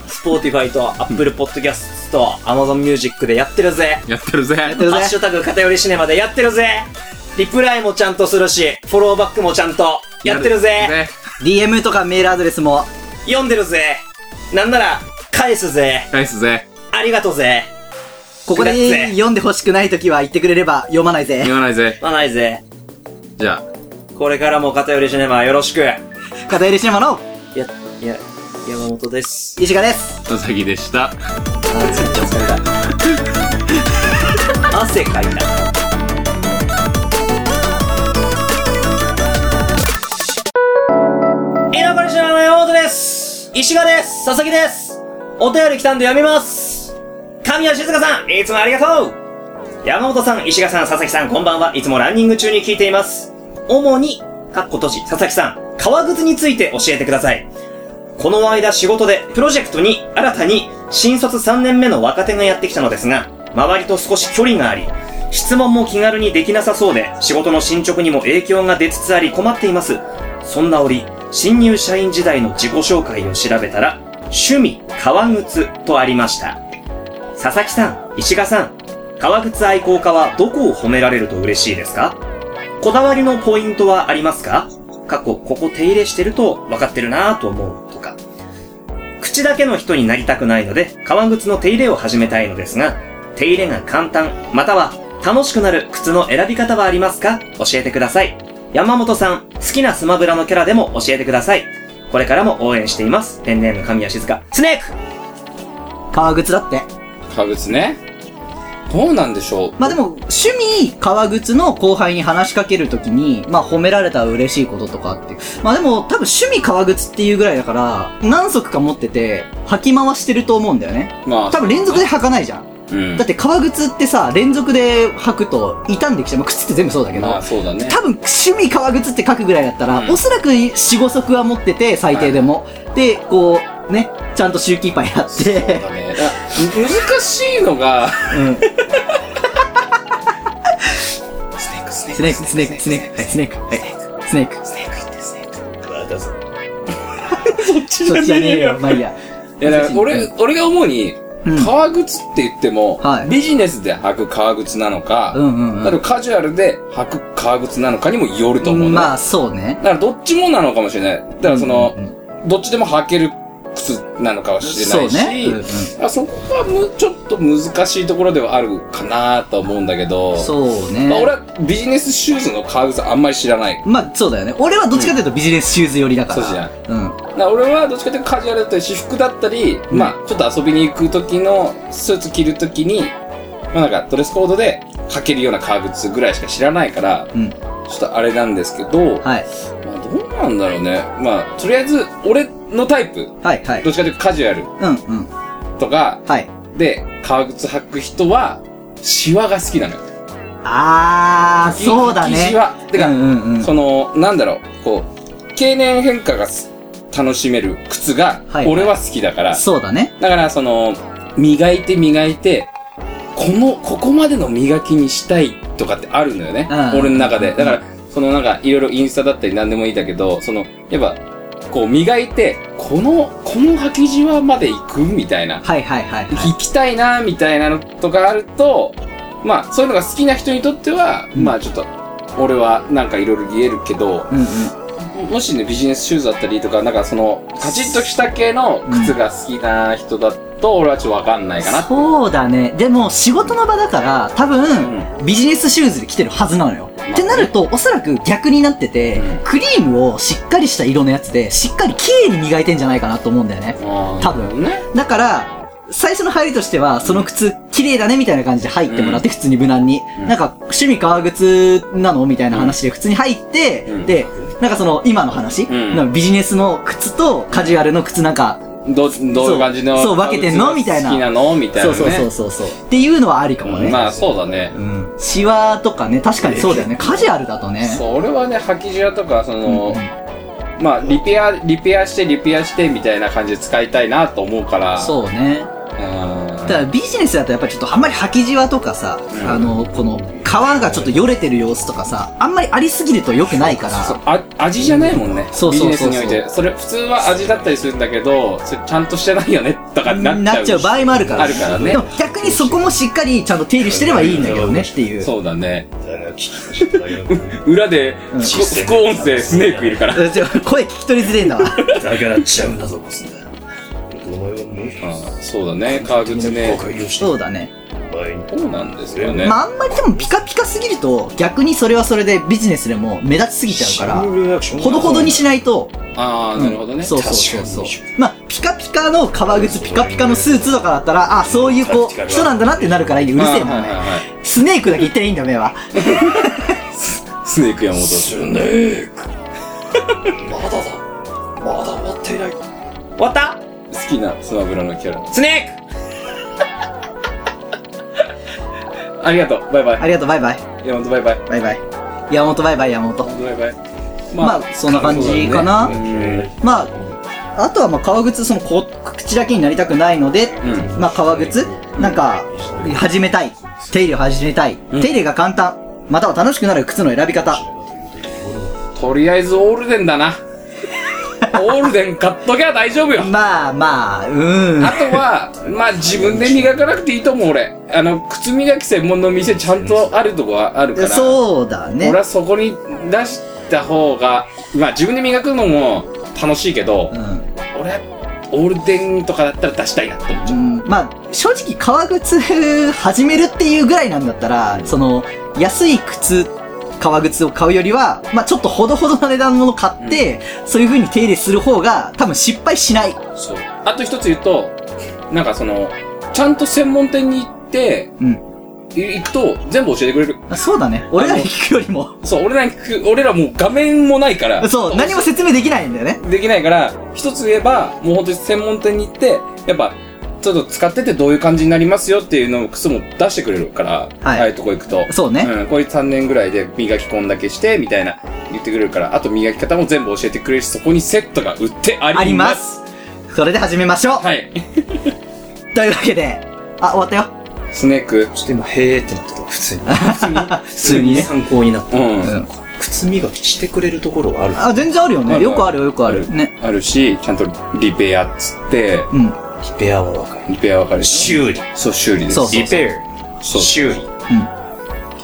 [SPEAKER 2] スポーティファイとアップルポッドキャストとアマゾンミュージックでやってるぜ。
[SPEAKER 3] やってるぜ。
[SPEAKER 1] やってる
[SPEAKER 2] ハッシ
[SPEAKER 1] ぜ。
[SPEAKER 2] ュタグ偏りシネマでやってるぜ。リプライもちゃんとするし、フォローバックもちゃんとやってるぜ。
[SPEAKER 3] ね
[SPEAKER 1] DM とかメールアドレスも、
[SPEAKER 2] 読んでるぜ。なんなら、返すぜ。
[SPEAKER 3] ナイスぜ。
[SPEAKER 2] ありがとうぜ。
[SPEAKER 1] ここ
[SPEAKER 2] くだっ
[SPEAKER 1] で
[SPEAKER 2] ぜ
[SPEAKER 1] 読んでほしくないときは言ってくれれば読まないぜ
[SPEAKER 3] 言。わないぜ。
[SPEAKER 2] まないぜ。
[SPEAKER 3] じゃあ。
[SPEAKER 2] これからも偏りシネマよろしく。や、
[SPEAKER 1] 片入りシネマの
[SPEAKER 2] や、山本です。
[SPEAKER 1] 石川です。
[SPEAKER 3] 佐々木でした。
[SPEAKER 2] あー、つっちゃ疲れた。汗かいた。居残りシネマの山本です。石川です。佐々木です。お便り来たんで読みます。神谷静香さん、いつもありがとう山本さん、石川さん、佐々木さん、こんばんは。いつもランニング中に聞いています。主に、かっこ閉じ、佐々木さん、革靴について教えてください。この間仕事でプロジェクトに新たに新卒3年目の若手がやってきたのですが、周りと少し距離があり、質問も気軽にできなさそうで、仕事の進捗にも影響が出つつあり困っています。そんな折、新入社員時代の自己紹介を調べたら、趣味、革靴とありました。佐々木さん、石賀さん、革靴愛好家はどこを褒められると嬉しいですかこだわりのポイントはありますか過去、ここ手入れしてると分かってるなぁと思うとか。口だけの人になりたくないので、革靴の手入れを始めたいのですが、手入れが簡単、または楽しくなる靴の選び方はありますか教えてください。山本さん、好きなスマブラのキャラでも教えてください。これからも応援しています。ペンネーム神谷静香。スネーク
[SPEAKER 1] 革靴だって。
[SPEAKER 3] 革靴ね。どうなんでしょう。
[SPEAKER 1] まあでも、趣味、革靴の後輩に話しかけるときに、まあ褒められたら嬉しいこととかっていう。まあでも、多分趣味革靴っていうぐらいだから、何足か持ってて、履き回してると思うんだよね。
[SPEAKER 3] まあ、
[SPEAKER 1] 多分連続で履かないじゃん。
[SPEAKER 3] うん
[SPEAKER 1] だっ。て革靴ってさ、連続で履くと傷んできちゃう。まあ靴って全部そうだけど。
[SPEAKER 3] まあ、そうだね。
[SPEAKER 1] 多分趣味革靴って書くぐらいだったら、
[SPEAKER 3] うん
[SPEAKER 1] おそらく4、5足は持ってて、最低でも。で、こう、ね、ちゃんとシューキーパーやっ
[SPEAKER 3] そう
[SPEAKER 1] て、
[SPEAKER 3] だね。だ難しいのが、スネーク、ス
[SPEAKER 1] スネーク、スネーク、スネーク、はい、スネーク、はい、スネーク。
[SPEAKER 3] スネーク言って、スネーク。
[SPEAKER 1] そっちじゃねえよ、まあいいや。
[SPEAKER 3] いや、だから俺、俺が思うに、
[SPEAKER 1] うん
[SPEAKER 3] 革靴って言っても、
[SPEAKER 1] はい
[SPEAKER 3] ビジネスで履く革靴なのか、
[SPEAKER 1] うんうん
[SPEAKER 3] あとカジュアルで履く革靴なのかにもよると
[SPEAKER 1] う
[SPEAKER 3] 思う、
[SPEAKER 1] ん。
[SPEAKER 3] ね。
[SPEAKER 1] ま
[SPEAKER 3] だ
[SPEAKER 1] あ、そうね。
[SPEAKER 3] からどっちもなのかもしれない。だからその、どっちでも履ける靴なのかは知れな
[SPEAKER 1] そう
[SPEAKER 3] いし、
[SPEAKER 1] ね。うんうん
[SPEAKER 3] あそこはむちょっと難しいところではあるかなと思うんだけど、
[SPEAKER 1] そう
[SPEAKER 3] まあ、俺
[SPEAKER 1] ね。
[SPEAKER 3] はビジネスシューズの革靴あんまり知らない。
[SPEAKER 1] まあ、そうだよね。俺はどっちかというとビジネスシューズ寄りだから。
[SPEAKER 3] そうじゃん
[SPEAKER 1] うん。
[SPEAKER 3] だから俺はどっちかというとカジュアルだったり、私服だったり、まあちょっと遊びに行く時のスーツ着る時に、まあなんかドレスコードで履けるような革靴ぐらいしか知らないから、
[SPEAKER 1] うん
[SPEAKER 3] ちょっとあれなんですけど、
[SPEAKER 1] はい。
[SPEAKER 3] まあどうなんだろうね。まあとりあえず俺のタイプ、
[SPEAKER 1] はい、はい
[SPEAKER 3] ど。っちかというとカジュアル
[SPEAKER 1] うん、うん。
[SPEAKER 3] とか
[SPEAKER 1] はい。
[SPEAKER 3] で革靴履く人は、シワが好きなのよ。
[SPEAKER 1] あー、そうだ
[SPEAKER 3] 生き
[SPEAKER 1] ね
[SPEAKER 3] シ。ワ。てか、
[SPEAKER 1] うんうんうん。
[SPEAKER 3] その、なんだろう、こう、経年変化がす楽しめる靴が
[SPEAKER 1] はいはい、
[SPEAKER 3] 俺は好きだから、
[SPEAKER 1] そうだね。
[SPEAKER 3] だから、その、磨いて磨いて、この、ここまでの磨きにしたいとかってあるのよね
[SPEAKER 1] う。ん
[SPEAKER 3] 俺の中で。
[SPEAKER 1] うん
[SPEAKER 3] だから、そのなんか、いろいろインスタだったり何でもいいんだけど、その、やっぱ、こう磨いて、この、この履きじわまで行くみたいな。
[SPEAKER 1] はい、はい、はい。
[SPEAKER 3] 行きたいなみたいなのとかあると、まあ、そういうのが好きな人にとっては、
[SPEAKER 1] うん
[SPEAKER 3] まあちょっと、俺はなんかいろいろ言えるけど、
[SPEAKER 1] うん、うん。
[SPEAKER 3] もしね、ビジネスシューズだったりとか、なんかその、カチッとした系の靴が好きな人だと、俺はちょっとわかんないかな。
[SPEAKER 1] そうだね。でも、仕事の場だから、多分、ビジネスシューズで来てるはずなのよ。
[SPEAKER 3] あね
[SPEAKER 1] ってなると、おそらく逆になってて
[SPEAKER 3] うん、
[SPEAKER 1] クリームをしっかりした色のやつで、しっかり綺麗に磨いてんじゃないかなと思うんだよね。
[SPEAKER 3] うん
[SPEAKER 1] 多分
[SPEAKER 3] ね。
[SPEAKER 1] だから、最初の入りとしては、その靴、綺麗だねみたいな感じで入ってもらって、普通に無難に。
[SPEAKER 3] うん
[SPEAKER 1] なんか、趣味革靴なのみたいな話で普通に入って、
[SPEAKER 3] うん
[SPEAKER 1] で、なんかその、今の話、
[SPEAKER 3] うん
[SPEAKER 1] なんかビジネスの靴とカジュアルの靴なんか、
[SPEAKER 3] ど、どういう感じの。
[SPEAKER 1] そうそう分けてんのみたいな
[SPEAKER 3] 好きなのみたい
[SPEAKER 1] そ
[SPEAKER 3] な、
[SPEAKER 1] う
[SPEAKER 3] ね。
[SPEAKER 1] そうそうそうそう。っていうのはありかもね。
[SPEAKER 3] まあ、そうだね。
[SPEAKER 1] うん。シワとかね、確かにそう だよね。カジュアルだとね。
[SPEAKER 3] そう、俺はね、履きじわとか、そ
[SPEAKER 1] うんう
[SPEAKER 3] の
[SPEAKER 1] ん、
[SPEAKER 3] まあ、リペア、リペアして、リペアして、みたいな感じで使いたいなと思うから。う。
[SPEAKER 1] そうね。
[SPEAKER 3] ん。
[SPEAKER 1] ただからビジネスだとやっぱりちょっとあんまり履きじわとかさ、
[SPEAKER 3] うん
[SPEAKER 1] あの、この皮がちょっとよれてる様子とかさ、あんまりありすぎると良くないから。
[SPEAKER 3] そうあ味じゃないもんね。
[SPEAKER 1] そう
[SPEAKER 3] ビ
[SPEAKER 1] そ
[SPEAKER 3] ジ
[SPEAKER 1] う
[SPEAKER 3] ネ
[SPEAKER 1] そ
[SPEAKER 3] ス
[SPEAKER 1] うそう
[SPEAKER 3] において。それ、普通は味だったりするんだけど、それちゃんとしてないよね、とかなっちゃう。
[SPEAKER 1] なっちゃう場合もあるから。
[SPEAKER 3] あるからね
[SPEAKER 1] でも逆にそこもしっかりちゃんと手入れしてればいいんだけどねっていう。
[SPEAKER 3] そうだね。
[SPEAKER 6] 聞きました
[SPEAKER 3] 裏で、
[SPEAKER 1] うん
[SPEAKER 3] 副副音声スネークいるから。
[SPEAKER 1] うんちょ声聞き取りづれえんだわ。
[SPEAKER 6] だからちゃうんだぞ、ボスだ。お前はもう一
[SPEAKER 3] あーそうだね、革靴ね。
[SPEAKER 6] 解をし
[SPEAKER 1] そうだね。
[SPEAKER 6] 前に。
[SPEAKER 3] そうなんですよね。
[SPEAKER 1] まああんまりでもピカピカすぎると逆にそれはそれでビジネスでも目立ちすぎちゃうから、ほどほどにしないと、
[SPEAKER 3] ああ、なるほどね。
[SPEAKER 1] そうそうそうそう
[SPEAKER 6] 確か
[SPEAKER 1] まあピカピカの革靴ピカピカのスーツとかだったらあそういうこう人なんだなってなるからいいねうるせえ
[SPEAKER 3] あー
[SPEAKER 1] なお
[SPEAKER 3] はいはい
[SPEAKER 1] 前
[SPEAKER 3] はい。
[SPEAKER 1] スネークだけ言ってりゃいいんだ目は
[SPEAKER 3] スネーク山本。
[SPEAKER 6] ネーク。まだだ。まだ終わっていない。
[SPEAKER 2] 終わった
[SPEAKER 3] 好きなスマブラのキャラ。
[SPEAKER 2] スネー
[SPEAKER 3] ありがとう。バイバイ。
[SPEAKER 1] ありがとうバイバイ
[SPEAKER 3] 山本バイバイ。
[SPEAKER 1] バイバイ山本バイバイ山本
[SPEAKER 3] 山本バイバイ。
[SPEAKER 1] まあそんな感じかな、
[SPEAKER 3] そうだね
[SPEAKER 1] まああとはまあ革靴そのこ口だけになりたくないので、
[SPEAKER 3] うん。うん
[SPEAKER 1] まあ革靴なんか始めたい手入れを始めたい、
[SPEAKER 3] ん
[SPEAKER 1] 手入れが簡単または楽しくなる靴の選び方
[SPEAKER 3] とりあえずオールデン だな。オールデン買っときゃ大丈夫よ。
[SPEAKER 1] まあまあうーん
[SPEAKER 3] あとは、まあ自分で磨かなくていいと思う俺。あの、靴磨き専門の店ちゃんとあるとこはあるから。
[SPEAKER 1] そうだね
[SPEAKER 3] 俺はそこに出した方が、まあ自分で磨くのも楽しいけど、
[SPEAKER 1] うん
[SPEAKER 3] 俺、オールデンとかだったら出したいなって思っちゃ
[SPEAKER 1] うんまあ、正直革靴始めるっていうぐらいなんだったら、その、安い靴、革靴を買うよりは、まあちょっとほどほどな値段のもの買って、そういう風に手入れする方が、多分失敗しない。
[SPEAKER 3] う。そう。あと一つ言うと、なんかその、ちゃんと専門店に行って、
[SPEAKER 1] うん
[SPEAKER 3] い行くと全部教えてくれる。
[SPEAKER 1] あそうだね。俺らに聞くよりも。
[SPEAKER 3] そう、俺らに聞く、俺らもう画面もないから。
[SPEAKER 1] そう、何も説明できないんだよね。
[SPEAKER 3] できないから、一つ言えば、もう本当に専門店に行って、やっぱ、ちょっと使っててどういう感じになりますよっていうのを靴も出してくれるから、
[SPEAKER 1] はい
[SPEAKER 3] ああいうとこ行くと。
[SPEAKER 1] そうね。
[SPEAKER 3] うん、こういう3年ぐらいで磨き込んだけして、みたいな言ってくれるから、あと磨き方も全部教えてくれるし、そこにセットが売ってあります。
[SPEAKER 1] あります。それで始めましょう。
[SPEAKER 3] はい。
[SPEAKER 1] というわけで、あ、終わったよ。
[SPEAKER 3] スネーク。
[SPEAKER 2] ちょっと今、へーってなってた、普通に。
[SPEAKER 1] 普通にね。
[SPEAKER 2] 参考になった。
[SPEAKER 3] うん。
[SPEAKER 1] ん
[SPEAKER 2] 靴磨きしてくれるところはある。
[SPEAKER 1] あ、全然あるよ
[SPEAKER 3] あ
[SPEAKER 1] ね。
[SPEAKER 3] る
[SPEAKER 1] よくあるよ、よくある。ね。
[SPEAKER 3] あるし、ちゃんとリペアっつって、
[SPEAKER 1] うん。
[SPEAKER 2] リペアはわかる。
[SPEAKER 3] リペア分かるし。
[SPEAKER 2] 修理。
[SPEAKER 3] そう、修理です。
[SPEAKER 1] そうそう
[SPEAKER 2] リペ
[SPEAKER 3] そ
[SPEAKER 2] ア。
[SPEAKER 3] う
[SPEAKER 2] 修理。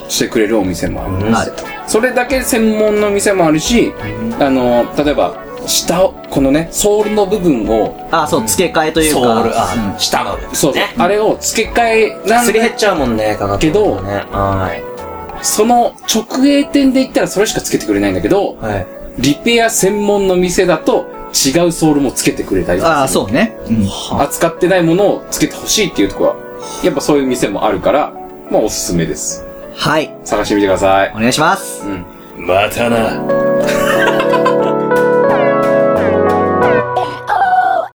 [SPEAKER 3] してくれるお店もある。
[SPEAKER 1] ある。
[SPEAKER 3] それだけ専門の店もあるし、あの、例えば、下を、このね、ソールの部分を、
[SPEAKER 1] あ、そう、付け替えというか。
[SPEAKER 2] ソール、
[SPEAKER 1] うん
[SPEAKER 2] あ、下の部分
[SPEAKER 3] そう、
[SPEAKER 2] ね。
[SPEAKER 3] あれを付け替えなん
[SPEAKER 2] すり減っ
[SPEAKER 3] で、
[SPEAKER 2] ちゃうもんね、かかってるのね。はい。
[SPEAKER 3] その直営店で言ったらそれしか付けてくれないんだけど、
[SPEAKER 2] はい。
[SPEAKER 3] リペア専門の店だと違うソールも付けてくれたりとか
[SPEAKER 1] ああ、そうね。うん。
[SPEAKER 3] 扱ってないものを付けてほしいっていうところは、やっぱそういう店もあるから、まあおすすめです。
[SPEAKER 1] はい。
[SPEAKER 3] 探してみてください。
[SPEAKER 1] お願いします。
[SPEAKER 3] うん。
[SPEAKER 2] またな。